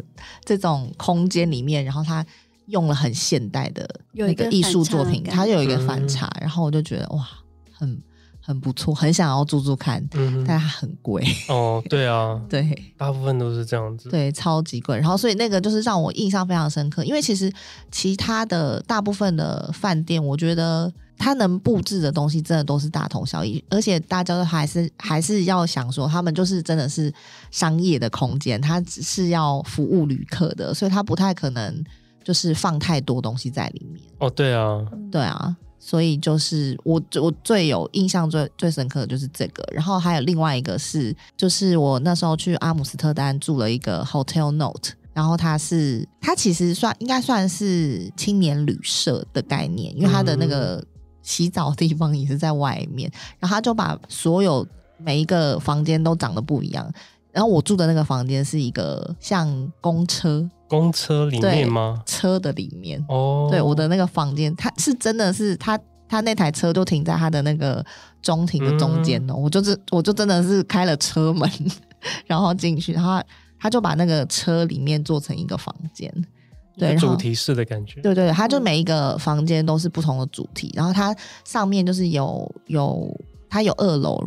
Speaker 1: 这种空间里面，然后它用了很现代的
Speaker 2: 有
Speaker 1: 那
Speaker 2: 一个
Speaker 1: 艺术作品，
Speaker 2: 反差感嗯
Speaker 1: 它有一个反差，然后我就觉得哇，很很不错，很想要住住看，
Speaker 3: 嗯
Speaker 1: 但它很贵，
Speaker 3: 哦，对啊，
Speaker 1: 对。
Speaker 3: 大部分都是这样子。，
Speaker 1: 对，超级贵。然后，所以那个就是让我印象非常深刻，因为其实其他的大部分的饭店，我觉得他能布置的东西真的都是大同小异，而且大家都还是还是要想说，他们就是真的是商业的空间，它只是要服务旅客的，所以它不太可能就是放太多东西在里面。
Speaker 3: 哦，对啊，
Speaker 1: 对啊，所以就是我我最有印象最最深刻的就是这个，然后还有另外一个是，就是我那时候去阿姆斯特丹住了一个 Hotel Note，然后它是它其实算应该算是青年旅社的概念，因为它的那个洗澡地方也是在外面，然后他就把所有每一个房间都长得不一样。然后我住的那个房间是一个像公车
Speaker 3: 公车里面吗？
Speaker 1: 车的里面，
Speaker 3: 哦，
Speaker 1: 对，我的那个房间，它是真的是它它那台车就停在它的那个中庭的中间哦，
Speaker 3: 嗯
Speaker 1: 我就是我就真的是开了车门， 然后进去，然后他就把那个车里面做成一个房间，对，然
Speaker 3: 主
Speaker 1: 后。
Speaker 3: 题嗯式的感觉。
Speaker 1: 对对，它就每一个房间都是不同的主题，然后它上面就是有有它有二楼，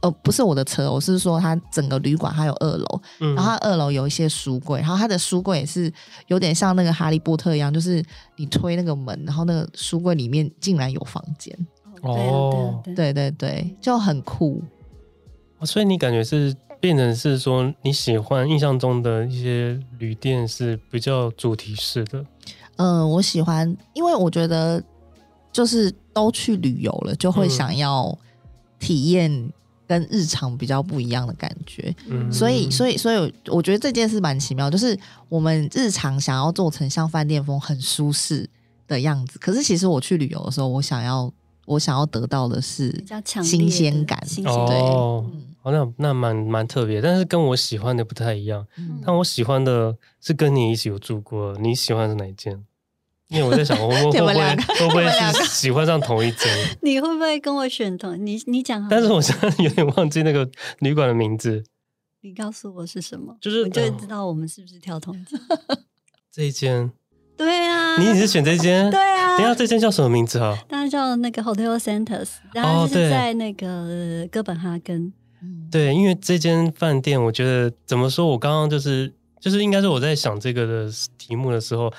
Speaker 1: 呃，不是我的车，我是说它整个旅馆它有二楼，
Speaker 3: 嗯
Speaker 1: 然后它二楼有一些书柜，然后它的书柜也是有点像那个哈利波特一样，就是你推那个门，然后那个书柜里面竟然有房间。
Speaker 3: 哦
Speaker 2: 哦，对啊对啊对
Speaker 1: 对
Speaker 2: 啊
Speaker 1: 对对，就很酷。
Speaker 3: 哦所以你感觉是变成是说你喜欢印象中的一些旅店是比较主题式的，
Speaker 1: 嗯、我喜欢，因为我觉得就是都去旅游了，就会
Speaker 3: 嗯
Speaker 1: 想要体验跟日常比较不一样的感觉。
Speaker 3: 嗯
Speaker 1: 所以，所以，所以，我觉得这件事蛮奇妙，就是我们日常想要做成像饭店风很舒适的样子，可是其实我去旅游的时候，我想要我想要得到的是
Speaker 2: 比较强烈的
Speaker 1: 新鲜感，
Speaker 2: 新鲜感
Speaker 3: 哦
Speaker 1: 嗯，
Speaker 3: 好，那那蛮蛮特别，但是跟我喜欢的不太一样。
Speaker 1: 嗯
Speaker 3: 但我喜欢的是跟你一起有住过，你喜欢的是哪一间？因为我在想，我们 会
Speaker 1: 你
Speaker 3: 不
Speaker 1: 们
Speaker 3: 会
Speaker 1: 两个
Speaker 3: 会不会是喜欢上同一间？
Speaker 2: 你会不会跟我选同？你你讲好了，
Speaker 3: 但是我现在有点忘记那个旅馆的名字。
Speaker 2: 你告诉我是什么，
Speaker 3: 就是
Speaker 2: 我就会
Speaker 3: 嗯
Speaker 2: 知道我们是不是跳同一间。
Speaker 3: 这一间，
Speaker 2: 对啊，
Speaker 3: 你也是选这一间？
Speaker 2: 对啊
Speaker 3: 等一下，这间叫什么名字啊？
Speaker 2: 大家叫那个 Hotel Centers，然
Speaker 3: 哦
Speaker 2: 后就是
Speaker 3: 对
Speaker 2: 在那个哥本哈根。
Speaker 1: 嗯
Speaker 3: 对，因为这间饭店，我觉得怎么说，我刚刚就是就是应该是我在想这个的题目的时候，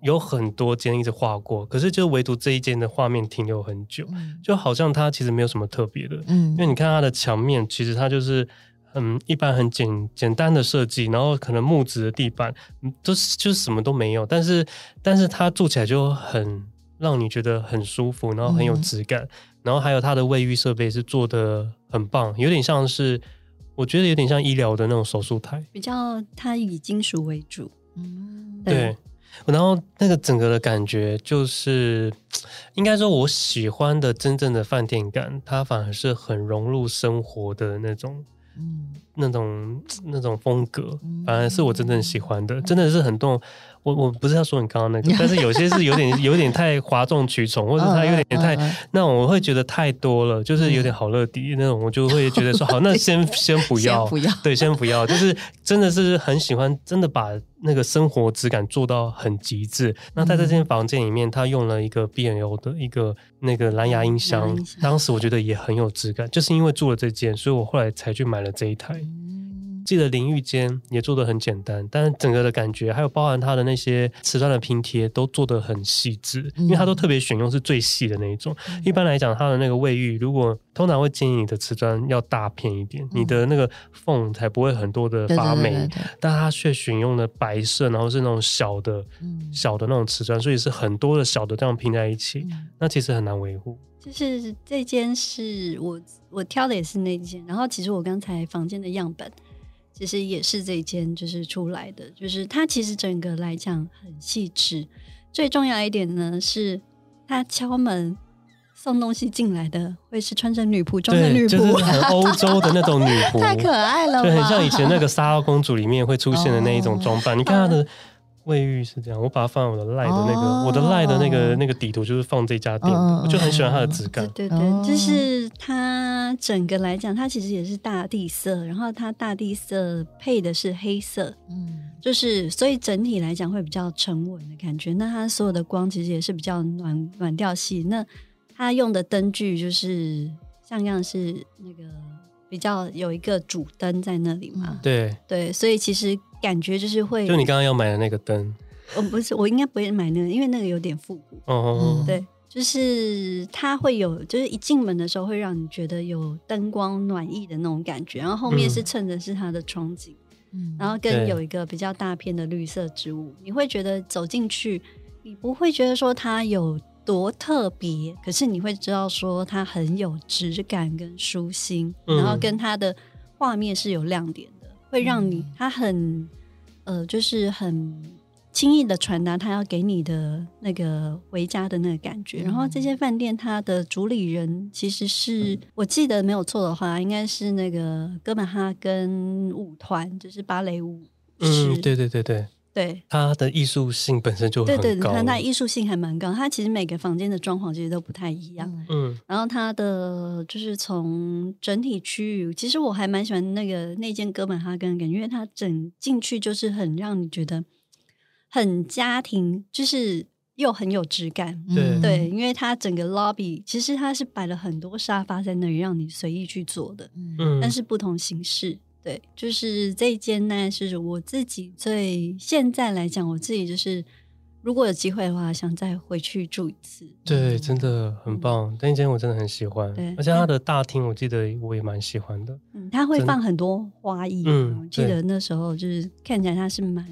Speaker 3: 有很多间一直划过，可是就唯独这一间的画面停留很久，
Speaker 1: 嗯
Speaker 3: 就好像它其实没有什么特别的，因为
Speaker 1: 嗯
Speaker 3: 你看它的墙面，其实它就是很一般、很简简单的设计，然后可能木质的地板，嗯都是就是什么都没有，但是但是它住起来就很让你觉得很舒服，然后很有
Speaker 1: 嗯
Speaker 3: 质感，然后还有它的卫浴设备是做的很棒，有点像是我觉得有点像医疗的那种手术台，
Speaker 2: 比较它以金属为主，
Speaker 1: 嗯
Speaker 2: 对
Speaker 3: 对，然后那个整个的感觉就是，应该说我喜欢的真正的饭店感，它反而是很融入生活的那种。
Speaker 1: 嗯
Speaker 3: 那种那种风格
Speaker 1: 嗯，
Speaker 3: 反而是我真正喜欢的，真的是很动。我我不是要说你刚刚那个，但是有些是有点 有点太哗众取宠，或者它有点太
Speaker 1: 嗯嗯嗯
Speaker 3: 那种，我会觉得太多了，就是有点好乐迪那种，我就会觉得说好，那先先不
Speaker 1: 先
Speaker 3: 要，
Speaker 1: 不要
Speaker 3: 对，先不要，就是真的是很喜欢，真的把那个生活质感做到很极致。那在这
Speaker 2: 嗯
Speaker 3: 间房间里面，他用了一个 B N O 的一个那个蓝牙音
Speaker 2: 蓝牙
Speaker 3: 箱
Speaker 2: 音箱，
Speaker 3: 当时我觉得也很有质感，就是因为做了这件，所以我后来才去买了这一台。
Speaker 1: 嗯
Speaker 3: 记得淋浴间也做的很简单，但是整个的感觉还有包含它的那些瓷砖的拼贴都做的很细致，
Speaker 1: 嗯
Speaker 3: 因为它都特别选用是最细的那一种。一般来讲，它的那个卫浴，如果通常会建议你的瓷砖要大片一点，你的那个缝才不会很多的
Speaker 1: 嗯对
Speaker 3: 发
Speaker 1: 对
Speaker 3: 霉。
Speaker 1: 对对对，
Speaker 3: 但它却选用了白色，然后是那种小的、
Speaker 1: 嗯
Speaker 3: 小的那种瓷砖，所以是很多的小的这样拼在一起，
Speaker 1: 嗯
Speaker 3: 那其实很难维护。
Speaker 2: 就是这间是我我挑的也是那间，然后其实我刚才房间的样本其实也是这间就是出来的，就是它其实整个来讲很细致，最重要一点呢是它敲门送东西进来的会是穿着女仆装的女
Speaker 3: 对，
Speaker 2: 仆，
Speaker 3: 就 是很欧洲的那种女 仆，
Speaker 1: 太可爱了吧，哦
Speaker 3: 对，很像以前那个莎拉公主里面会出现的那一种装扮。你看她的卫浴是这样，我把它放在我的赖的那个，
Speaker 1: 哦
Speaker 3: 我的赖的那个那个底图就是放这家店的，
Speaker 1: 嗯嗯嗯
Speaker 3: 我就很喜欢它的质感。
Speaker 2: 对对对，
Speaker 1: 哦
Speaker 2: 就是它整个来讲，它其实也是大地色，然后它大地色配的是黑色，
Speaker 1: 嗯
Speaker 2: 就是所以整体来讲会比较沉稳的感觉。那它所有的光其实也是比较暖暖调系，那它用的灯具就是像样是那个比较有一个主灯在那里嘛，
Speaker 3: 对，
Speaker 2: 对，所以其实感觉就是会，
Speaker 3: 嗯就你刚刚要买的那个灯，
Speaker 2: 我不是我应该不会买那个，因为那个有点复古，
Speaker 3: 哦，
Speaker 1: 嗯
Speaker 2: 对，就是它会有，就是一进门的时候会让你觉得有灯光暖意的那种感觉，然后后面是衬的是它的窗景，
Speaker 1: 嗯
Speaker 2: 然后
Speaker 3: 对
Speaker 2: 跟有一个比较大片的绿色植物，你会觉得走进去，你不会觉得说它有多特别，可是你会知道说它很有质感跟舒心，
Speaker 3: 嗯
Speaker 2: 然后跟它的画面是有亮点的，会让你
Speaker 1: 嗯
Speaker 2: 它很呃，就是很轻易的传达它要给你的那个回家的那个感觉。
Speaker 1: 嗯
Speaker 2: 然后这些饭店它的主理人其实
Speaker 3: 嗯
Speaker 2: 是我记得没有错的话，应该是那个哥本哈根舞团，就是芭蕾舞是
Speaker 3: 嗯，对对对对，
Speaker 2: 对
Speaker 3: 它的艺术性本身就
Speaker 2: 对
Speaker 3: 很
Speaker 2: 对，
Speaker 3: 高，
Speaker 2: 它那艺术性还蛮高。它其实每个房间的装潢其实都不太一样。
Speaker 1: 嗯
Speaker 3: 嗯
Speaker 2: 然后它的就是从整体区域，其实我还蛮喜欢那个那间哥本哈根的感觉，因为它整进去就是很让你觉得很家庭，就是又很有质感。
Speaker 1: 嗯
Speaker 3: 对
Speaker 2: 对，，因为它整个 lobby 其实它是摆了很多沙发在那里让你随意去坐的，
Speaker 1: 嗯嗯
Speaker 3: 嗯，
Speaker 2: 但是不同形式。对，就是这一间呢，是我自己最现在来讲，我自己就是如果有机会的话，想再回去住一次。
Speaker 3: 对，真的很棒。那间我真的很喜欢
Speaker 2: 对，
Speaker 3: 而且它的大厅我记得我也蛮喜欢的。
Speaker 2: 嗯，它会
Speaker 3: 真的
Speaker 2: 放很多花艺。啊
Speaker 3: 嗯
Speaker 2: 我记
Speaker 3: 对
Speaker 2: 得那时候就是看起来它是蛮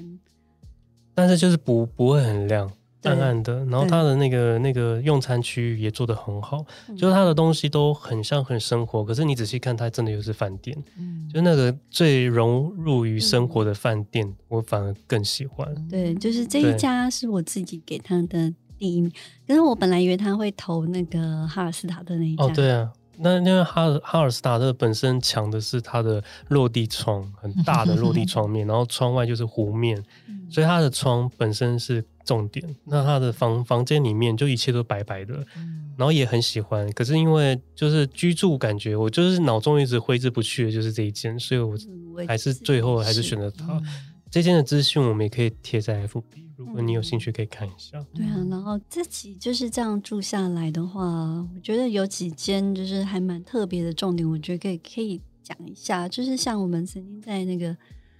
Speaker 3: 但是就是不不会很亮，
Speaker 2: 对
Speaker 3: 暗暗的。然后
Speaker 2: 对
Speaker 3: 它的那个那个用餐区域也做得很好，
Speaker 2: 嗯
Speaker 3: 就是它的东西都很像很生活，可是你仔细看，它真的又是饭店，
Speaker 1: 嗯
Speaker 3: 就是那个最融入于生活的饭店，我反而更喜
Speaker 1: 嗯
Speaker 3: 欢。
Speaker 2: 对，就是这
Speaker 3: 对
Speaker 2: 一家是我自己给它的第一名。可是我本来以为他会投那个哈尔斯塔的那一家，
Speaker 3: 哦，对啊。那因为哈尔哈尔斯塔特本身强的是它的落地窗，很大的 落地窗面，然后窗外就是湖面，
Speaker 2: 嗯
Speaker 3: 所以它的窗本身是重点。那它的房房间里面就一切都白白的，
Speaker 1: 嗯
Speaker 3: 然后也很喜欢，可是因为就是居住感觉，我就是脑中一直挥之不去的就是这一间，所以我
Speaker 2: 嗯我也嗯
Speaker 3: 还是
Speaker 2: 自己
Speaker 3: 最后还是选择它。这间的资讯我们也可以贴在 FB，如果你
Speaker 2: 嗯
Speaker 3: 有兴趣可以看一下。
Speaker 2: 对
Speaker 1: 嗯
Speaker 2: 啊，然后自己就是这样住下来的话，我觉得有几间就是还蛮特别的重点，我觉得可以可以讲一下。就是像我们曾经在那个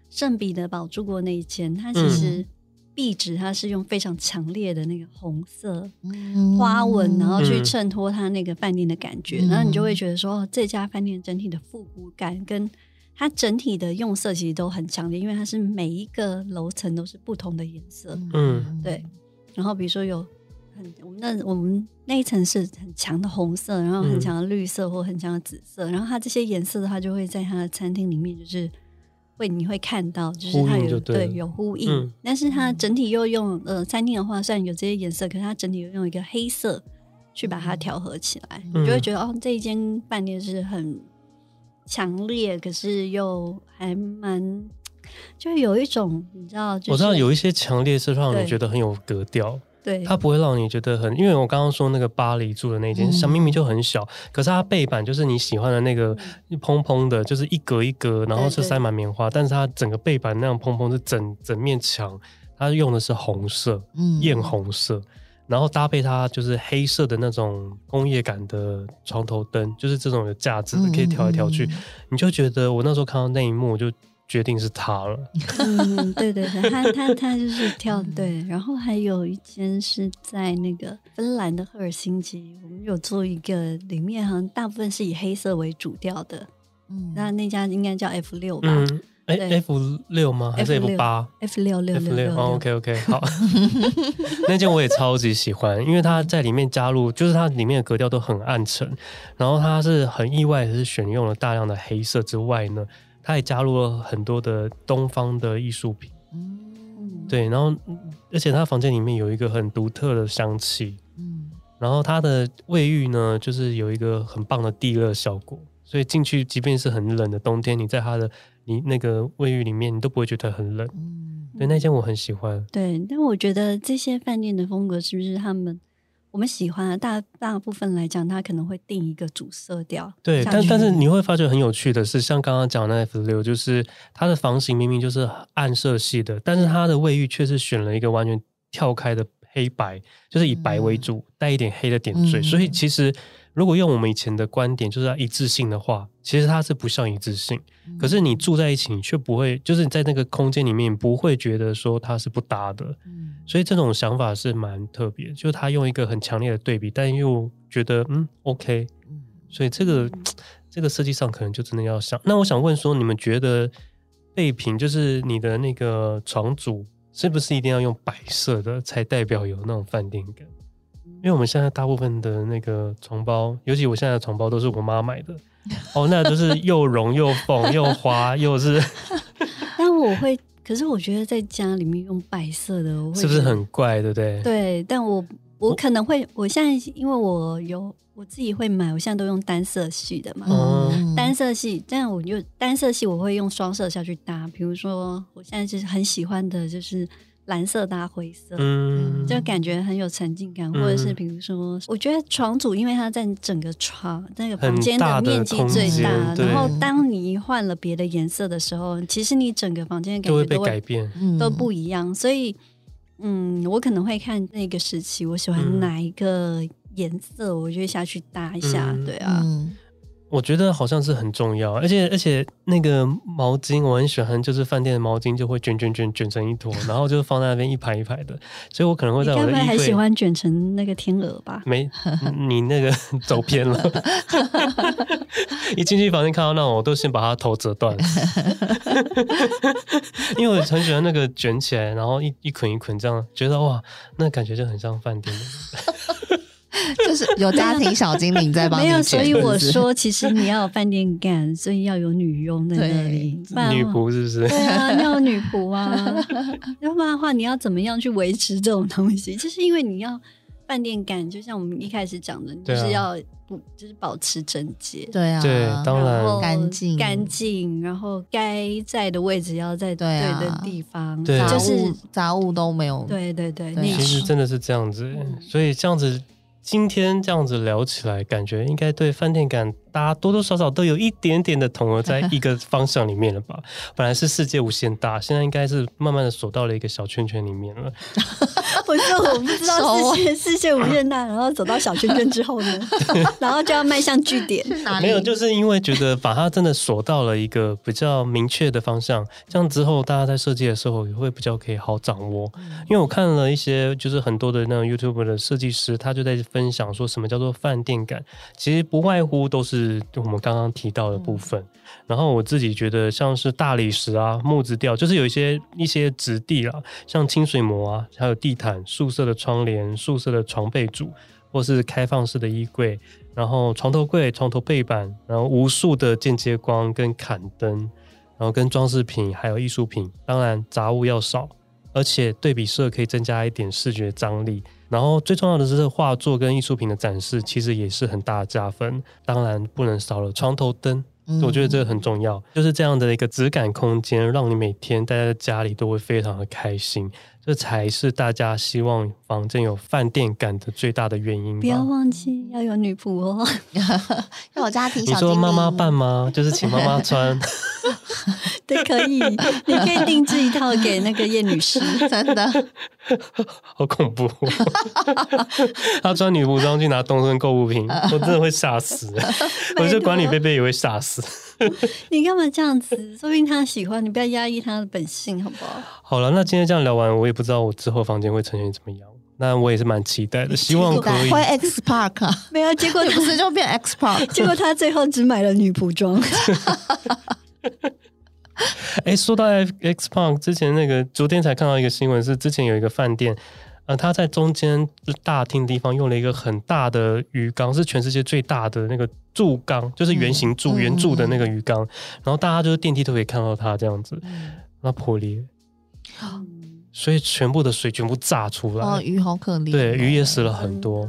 Speaker 2: 圣彼得堡住过那一间，它
Speaker 1: 嗯
Speaker 2: 其实壁纸它是用非常强烈的那个红色
Speaker 1: 嗯
Speaker 2: 花纹，然后去
Speaker 3: 嗯
Speaker 2: 衬托它那个饭店的感觉，
Speaker 1: 嗯
Speaker 2: 然后你就会觉得说，哦这家饭店整体的复古感跟它整体的用色其实都很强烈，因为它是每一个楼层都是不同的颜色。
Speaker 3: 嗯
Speaker 2: 对，然后比如说有很我们那我们那一层是很强的红色，然后很
Speaker 3: 嗯
Speaker 2: 强的绿色或很强的紫色，然后它这些颜色的话，就会在它的餐厅里面就是会你会看到，就是
Speaker 3: 呼
Speaker 2: 它
Speaker 3: 应
Speaker 2: 有
Speaker 3: 就对了
Speaker 2: 有呼应，
Speaker 3: 嗯
Speaker 2: 但是它整体又用呃餐厅的话，虽然有这些颜色，可是它整体又用一个黑色去把它调和起来，你就会
Speaker 3: 嗯
Speaker 2: 觉得哦，这一间饭店是很强烈，可是又还蛮。就是有一种你知道，就是、
Speaker 3: 我知道有一些强烈是让你
Speaker 2: 对
Speaker 3: 觉得很有格调，
Speaker 2: 对
Speaker 3: 它不会让你觉得很，因为我刚刚说那个巴黎住的那间，
Speaker 1: 嗯
Speaker 3: 小明明就很小，可是它背板就是你喜欢的那个蓬蓬的，就是一格一格，然后是
Speaker 2: 对对
Speaker 3: 塞满棉花，但是它整个背板那样蓬蓬是整整面墙，它用的是红色，
Speaker 1: 嗯
Speaker 3: 艳，红色，然后搭配它就是黑色的那种工业感的床头灯，就是这种有架子
Speaker 1: 嗯
Speaker 3: 的，可以调来调去，你就觉得我那时候看到那一幕，我就决定是它了。
Speaker 2: 嗯，对对对，他他他就是跳
Speaker 3: 嗯
Speaker 2: 对，然后还有一间是在那个芬兰的赫尔辛基，我们有做一个，里面好像大部分是以黑色为主调的，
Speaker 1: 嗯，
Speaker 2: 那那家应该叫 F 六吧、
Speaker 3: 嗯，哎
Speaker 2: 对
Speaker 3: ，F 六吗？还是
Speaker 2: F6
Speaker 3: F 八？
Speaker 2: f 六六
Speaker 3: F
Speaker 2: 六
Speaker 3: 六、
Speaker 2: 六
Speaker 3: 哦、，OK OK，好， 那件我也超级喜欢，因为它在里面加入，就是它里面的格调都很暗沉，然后它是很意外的是选用了大量的黑色之外呢，它也加入了很多的东方的艺术品，
Speaker 1: 嗯，
Speaker 3: 对，然后嗯而且它房间里面有一个很独特的香气，
Speaker 1: 嗯
Speaker 3: 然后它的卫浴呢，就是有一个很棒的地热效果，所以进去即便是很冷的冬天，你在它的你那个卫浴里面，你都不会觉得很冷，
Speaker 1: 嗯
Speaker 3: 对，那间我很喜欢，
Speaker 2: 对，但我觉得这些饭店的风格是不是他们我们喜欢啊？大大部分来讲，他可能会定一个主色调
Speaker 3: 对，
Speaker 2: 下
Speaker 3: 但
Speaker 2: 去
Speaker 3: 但是你会发觉很有趣的是，像刚刚讲的那 F 六，就是它的房型明明就是暗色系的，但是它的卫浴却是选了一个完全跳开的黑白，就是以白为主，带一点黑的点缀。
Speaker 1: 嗯
Speaker 3: 所以其实如果用我们以前的观点，就是要一致性的话，其实它是不像一致性。
Speaker 1: 嗯
Speaker 3: 可是你住在一起，你却不会，就是你在那个空间里面你不会觉得说它是不搭的。
Speaker 1: 嗯
Speaker 3: 所以这种想法是蛮特别，就是他用一个很强烈的对比，但又觉得嗯 OK，
Speaker 1: 嗯
Speaker 3: 所以这个这个设计上可能就真的要想。那我想问说，你们觉得备品就是你的那个床组是不是一定要用白色的才代表有那种饭店感？因为我们现在大部分的那个床包，尤其我现在的床包都是我妈买的，哦，那都是又绒又缝又花又是，
Speaker 2: 但我会，可是我觉得在家里面用白色的，我会
Speaker 3: 是不是
Speaker 2: 觉得
Speaker 3: 很怪，对不对？嗯
Speaker 2: 对？但我
Speaker 3: 哦
Speaker 2: 我可能会，我现在因为我有我自己会买，我现在都用单色系的嘛，
Speaker 3: 哦
Speaker 2: 单色系，但我就单色系我会用双色下去搭，比如说我现在就是很喜欢的就是蓝色搭灰色，
Speaker 3: 嗯，
Speaker 2: 就感觉很有沉浸感，
Speaker 3: 嗯
Speaker 2: 或者是比如说，我觉得床组因为它占整个床那个房
Speaker 3: 很
Speaker 2: 间
Speaker 3: 大的
Speaker 2: 面积
Speaker 3: 空
Speaker 2: 最
Speaker 1: 间
Speaker 2: 大，
Speaker 3: 对
Speaker 2: 然后当你换了别的颜色的时候，其实你整个房间的感
Speaker 3: 就会
Speaker 2: 觉
Speaker 3: 被
Speaker 2: 都
Speaker 3: 改
Speaker 2: 会
Speaker 3: 变。
Speaker 1: 嗯
Speaker 2: 都不一样，所以嗯，我可能会看那个时期我喜欢
Speaker 3: 嗯
Speaker 2: 哪一个颜色，我就会下去搭一下，
Speaker 3: 嗯
Speaker 2: 对啊。
Speaker 1: 嗯
Speaker 3: 我觉得好像是很重要，而且而且那个毛巾我很喜欢，就是饭店的毛巾就会卷卷卷卷 成一坨，然后就放在那边一排一排的，所以我可能会
Speaker 2: 你
Speaker 3: 在
Speaker 2: 该
Speaker 3: 我
Speaker 2: 不
Speaker 3: 的
Speaker 2: 会还
Speaker 3: 衣
Speaker 2: 喜
Speaker 3: 柜。
Speaker 2: 欢卷成那个天鹅吧？
Speaker 3: 没，嗯你那个 走偏了。一进去房间看到那种，我都先把它头折 断，因为我很喜欢那个卷起来，然后一一捆一捆这样，觉得哇，那感觉就很像饭店的。
Speaker 1: 就是有家庭小精灵在帮你
Speaker 2: 没有，所
Speaker 1: 卷
Speaker 2: 以我
Speaker 1: 是不是
Speaker 2: 说，其实你要有饭店感，所以要有女佣在那里，不然
Speaker 3: 女仆是不是？
Speaker 2: 对啊，要有女仆啊， 要不然的话，你要怎么样去维持这种东西？就是因为你要饭店感，就像我们一开始讲的，你就
Speaker 3: 对
Speaker 2: 是
Speaker 3: 啊
Speaker 2: 要不、就是保持整洁，
Speaker 1: 对啊，
Speaker 3: 对当然
Speaker 2: 后
Speaker 1: 干净
Speaker 2: 干净，然后该在的位置要
Speaker 1: 对
Speaker 2: 在对
Speaker 1: 啊
Speaker 2: 的地方，
Speaker 3: 对
Speaker 1: 杂
Speaker 2: 就
Speaker 1: 物
Speaker 2: 是
Speaker 1: 杂物都没有，
Speaker 2: 对对对，
Speaker 1: 对啊
Speaker 2: 你
Speaker 3: 其实真的是这样子欸，所以这样子今天这样子聊起来，感觉应该对饭店感，大家多多少少都有一点点的统合在一个方向里面了吧？本来是世界无限大，现在应该是慢慢的锁到了一个小圈圈里面了。
Speaker 2: 我说我啊不知道视线视线无限大，然后走到小圈圈之后 呢，然后就要迈向据点。
Speaker 1: 是哪里
Speaker 3: 没有，就是因为觉得把它真的锁到了一个比较明确的方向，这样之后大家在设计的时候也会比较可以好掌握。
Speaker 1: 嗯
Speaker 3: 因为我看了一些就是很多的那种 YouTube 的设计师，他就在分享说什么叫做饭店感，其实不外乎都是我们刚刚提到的部分。
Speaker 1: 嗯
Speaker 3: 然后我自己觉得像是大理石啊、木质调，就是有一些一些质地啊，像清水膜啊，还有地毯、素色的窗帘、素色的床被组，或是开放式的衣柜，然后床头柜、床头背板，然后无数的间接光跟砍灯，然后跟装饰品还有艺术品，当然杂物要少，而且对比色可以增加一点视觉张力。然后最重要的是，画作跟艺术品的展示其实也是很大的加分。当然不能少了床头灯，
Speaker 1: 嗯
Speaker 3: 我觉得这个很重要，就是这样的一个质感空间，让你每天待在家里都会非常的开心，这才是大家希望房间有饭店感的最大的原因
Speaker 2: 不要
Speaker 3: 吧。
Speaker 2: 忘记要有女仆哦，
Speaker 1: 要有家庭
Speaker 3: 你
Speaker 1: 小精
Speaker 3: 说
Speaker 1: 灵，
Speaker 3: 妈妈办吗？就是请妈妈 穿，
Speaker 2: 对，可以，你可以定制一套给那个叶女 士。
Speaker 1: 真的，
Speaker 3: 好恐怖、哦她穿女仆装去拿东森购物瓶，我真的会吓 死。我觉得管理贝贝也会吓死。
Speaker 2: 你干嘛这样子？说不定她喜欢，你不要压抑她的本性，好不好？
Speaker 3: 好了，那今天这样聊完，我也不知道我之后房间会呈现怎么样。那我也是蛮期待的，希望可以
Speaker 1: 会 X Park，啊
Speaker 2: 没有，结果
Speaker 1: 你不是就变 X Park？
Speaker 2: 结果她最后只买了女仆装。
Speaker 3: 哎，说到 F- X Park 之前那个，昨天才看到一个新闻，是之前有一个饭店，呃，他在中间大厅地方用了一个很大的鱼缸，是全世界最大的那个柱缸，就是圆形柱、
Speaker 1: 嗯
Speaker 3: 圆柱的那个鱼缸，然后大家就是电梯都可以看到它这样子，
Speaker 1: 嗯
Speaker 3: 那破裂，所以全部的水全部炸出来，
Speaker 1: 哦，鱼好可怜哦，
Speaker 3: 对，鱼也死了很多。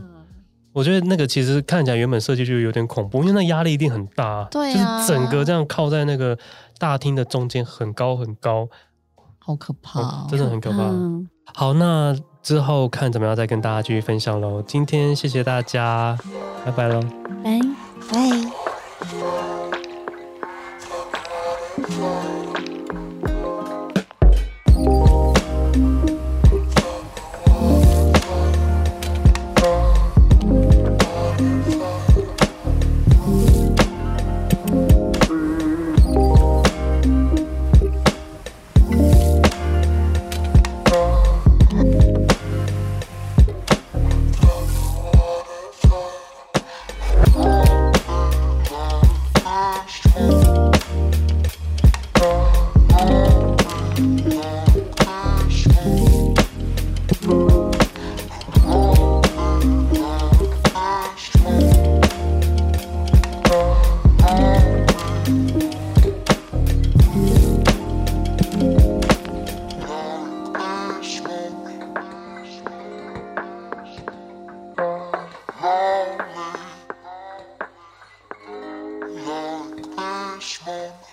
Speaker 3: 我觉得那个其实看起来原本设计就有点恐怖，因为那压力一定很大，
Speaker 1: 对啊
Speaker 3: 就是整个这样靠在那个大厅的中间，很高很高，
Speaker 1: 好可怕哦，
Speaker 3: 真的很可怕。
Speaker 2: 嗯，
Speaker 3: 好，那之后看怎么样再跟大家继续分享喽。今天谢谢大家，拜拜喽。
Speaker 2: 拜。
Speaker 1: 哎。
Speaker 4: Thank Fishbone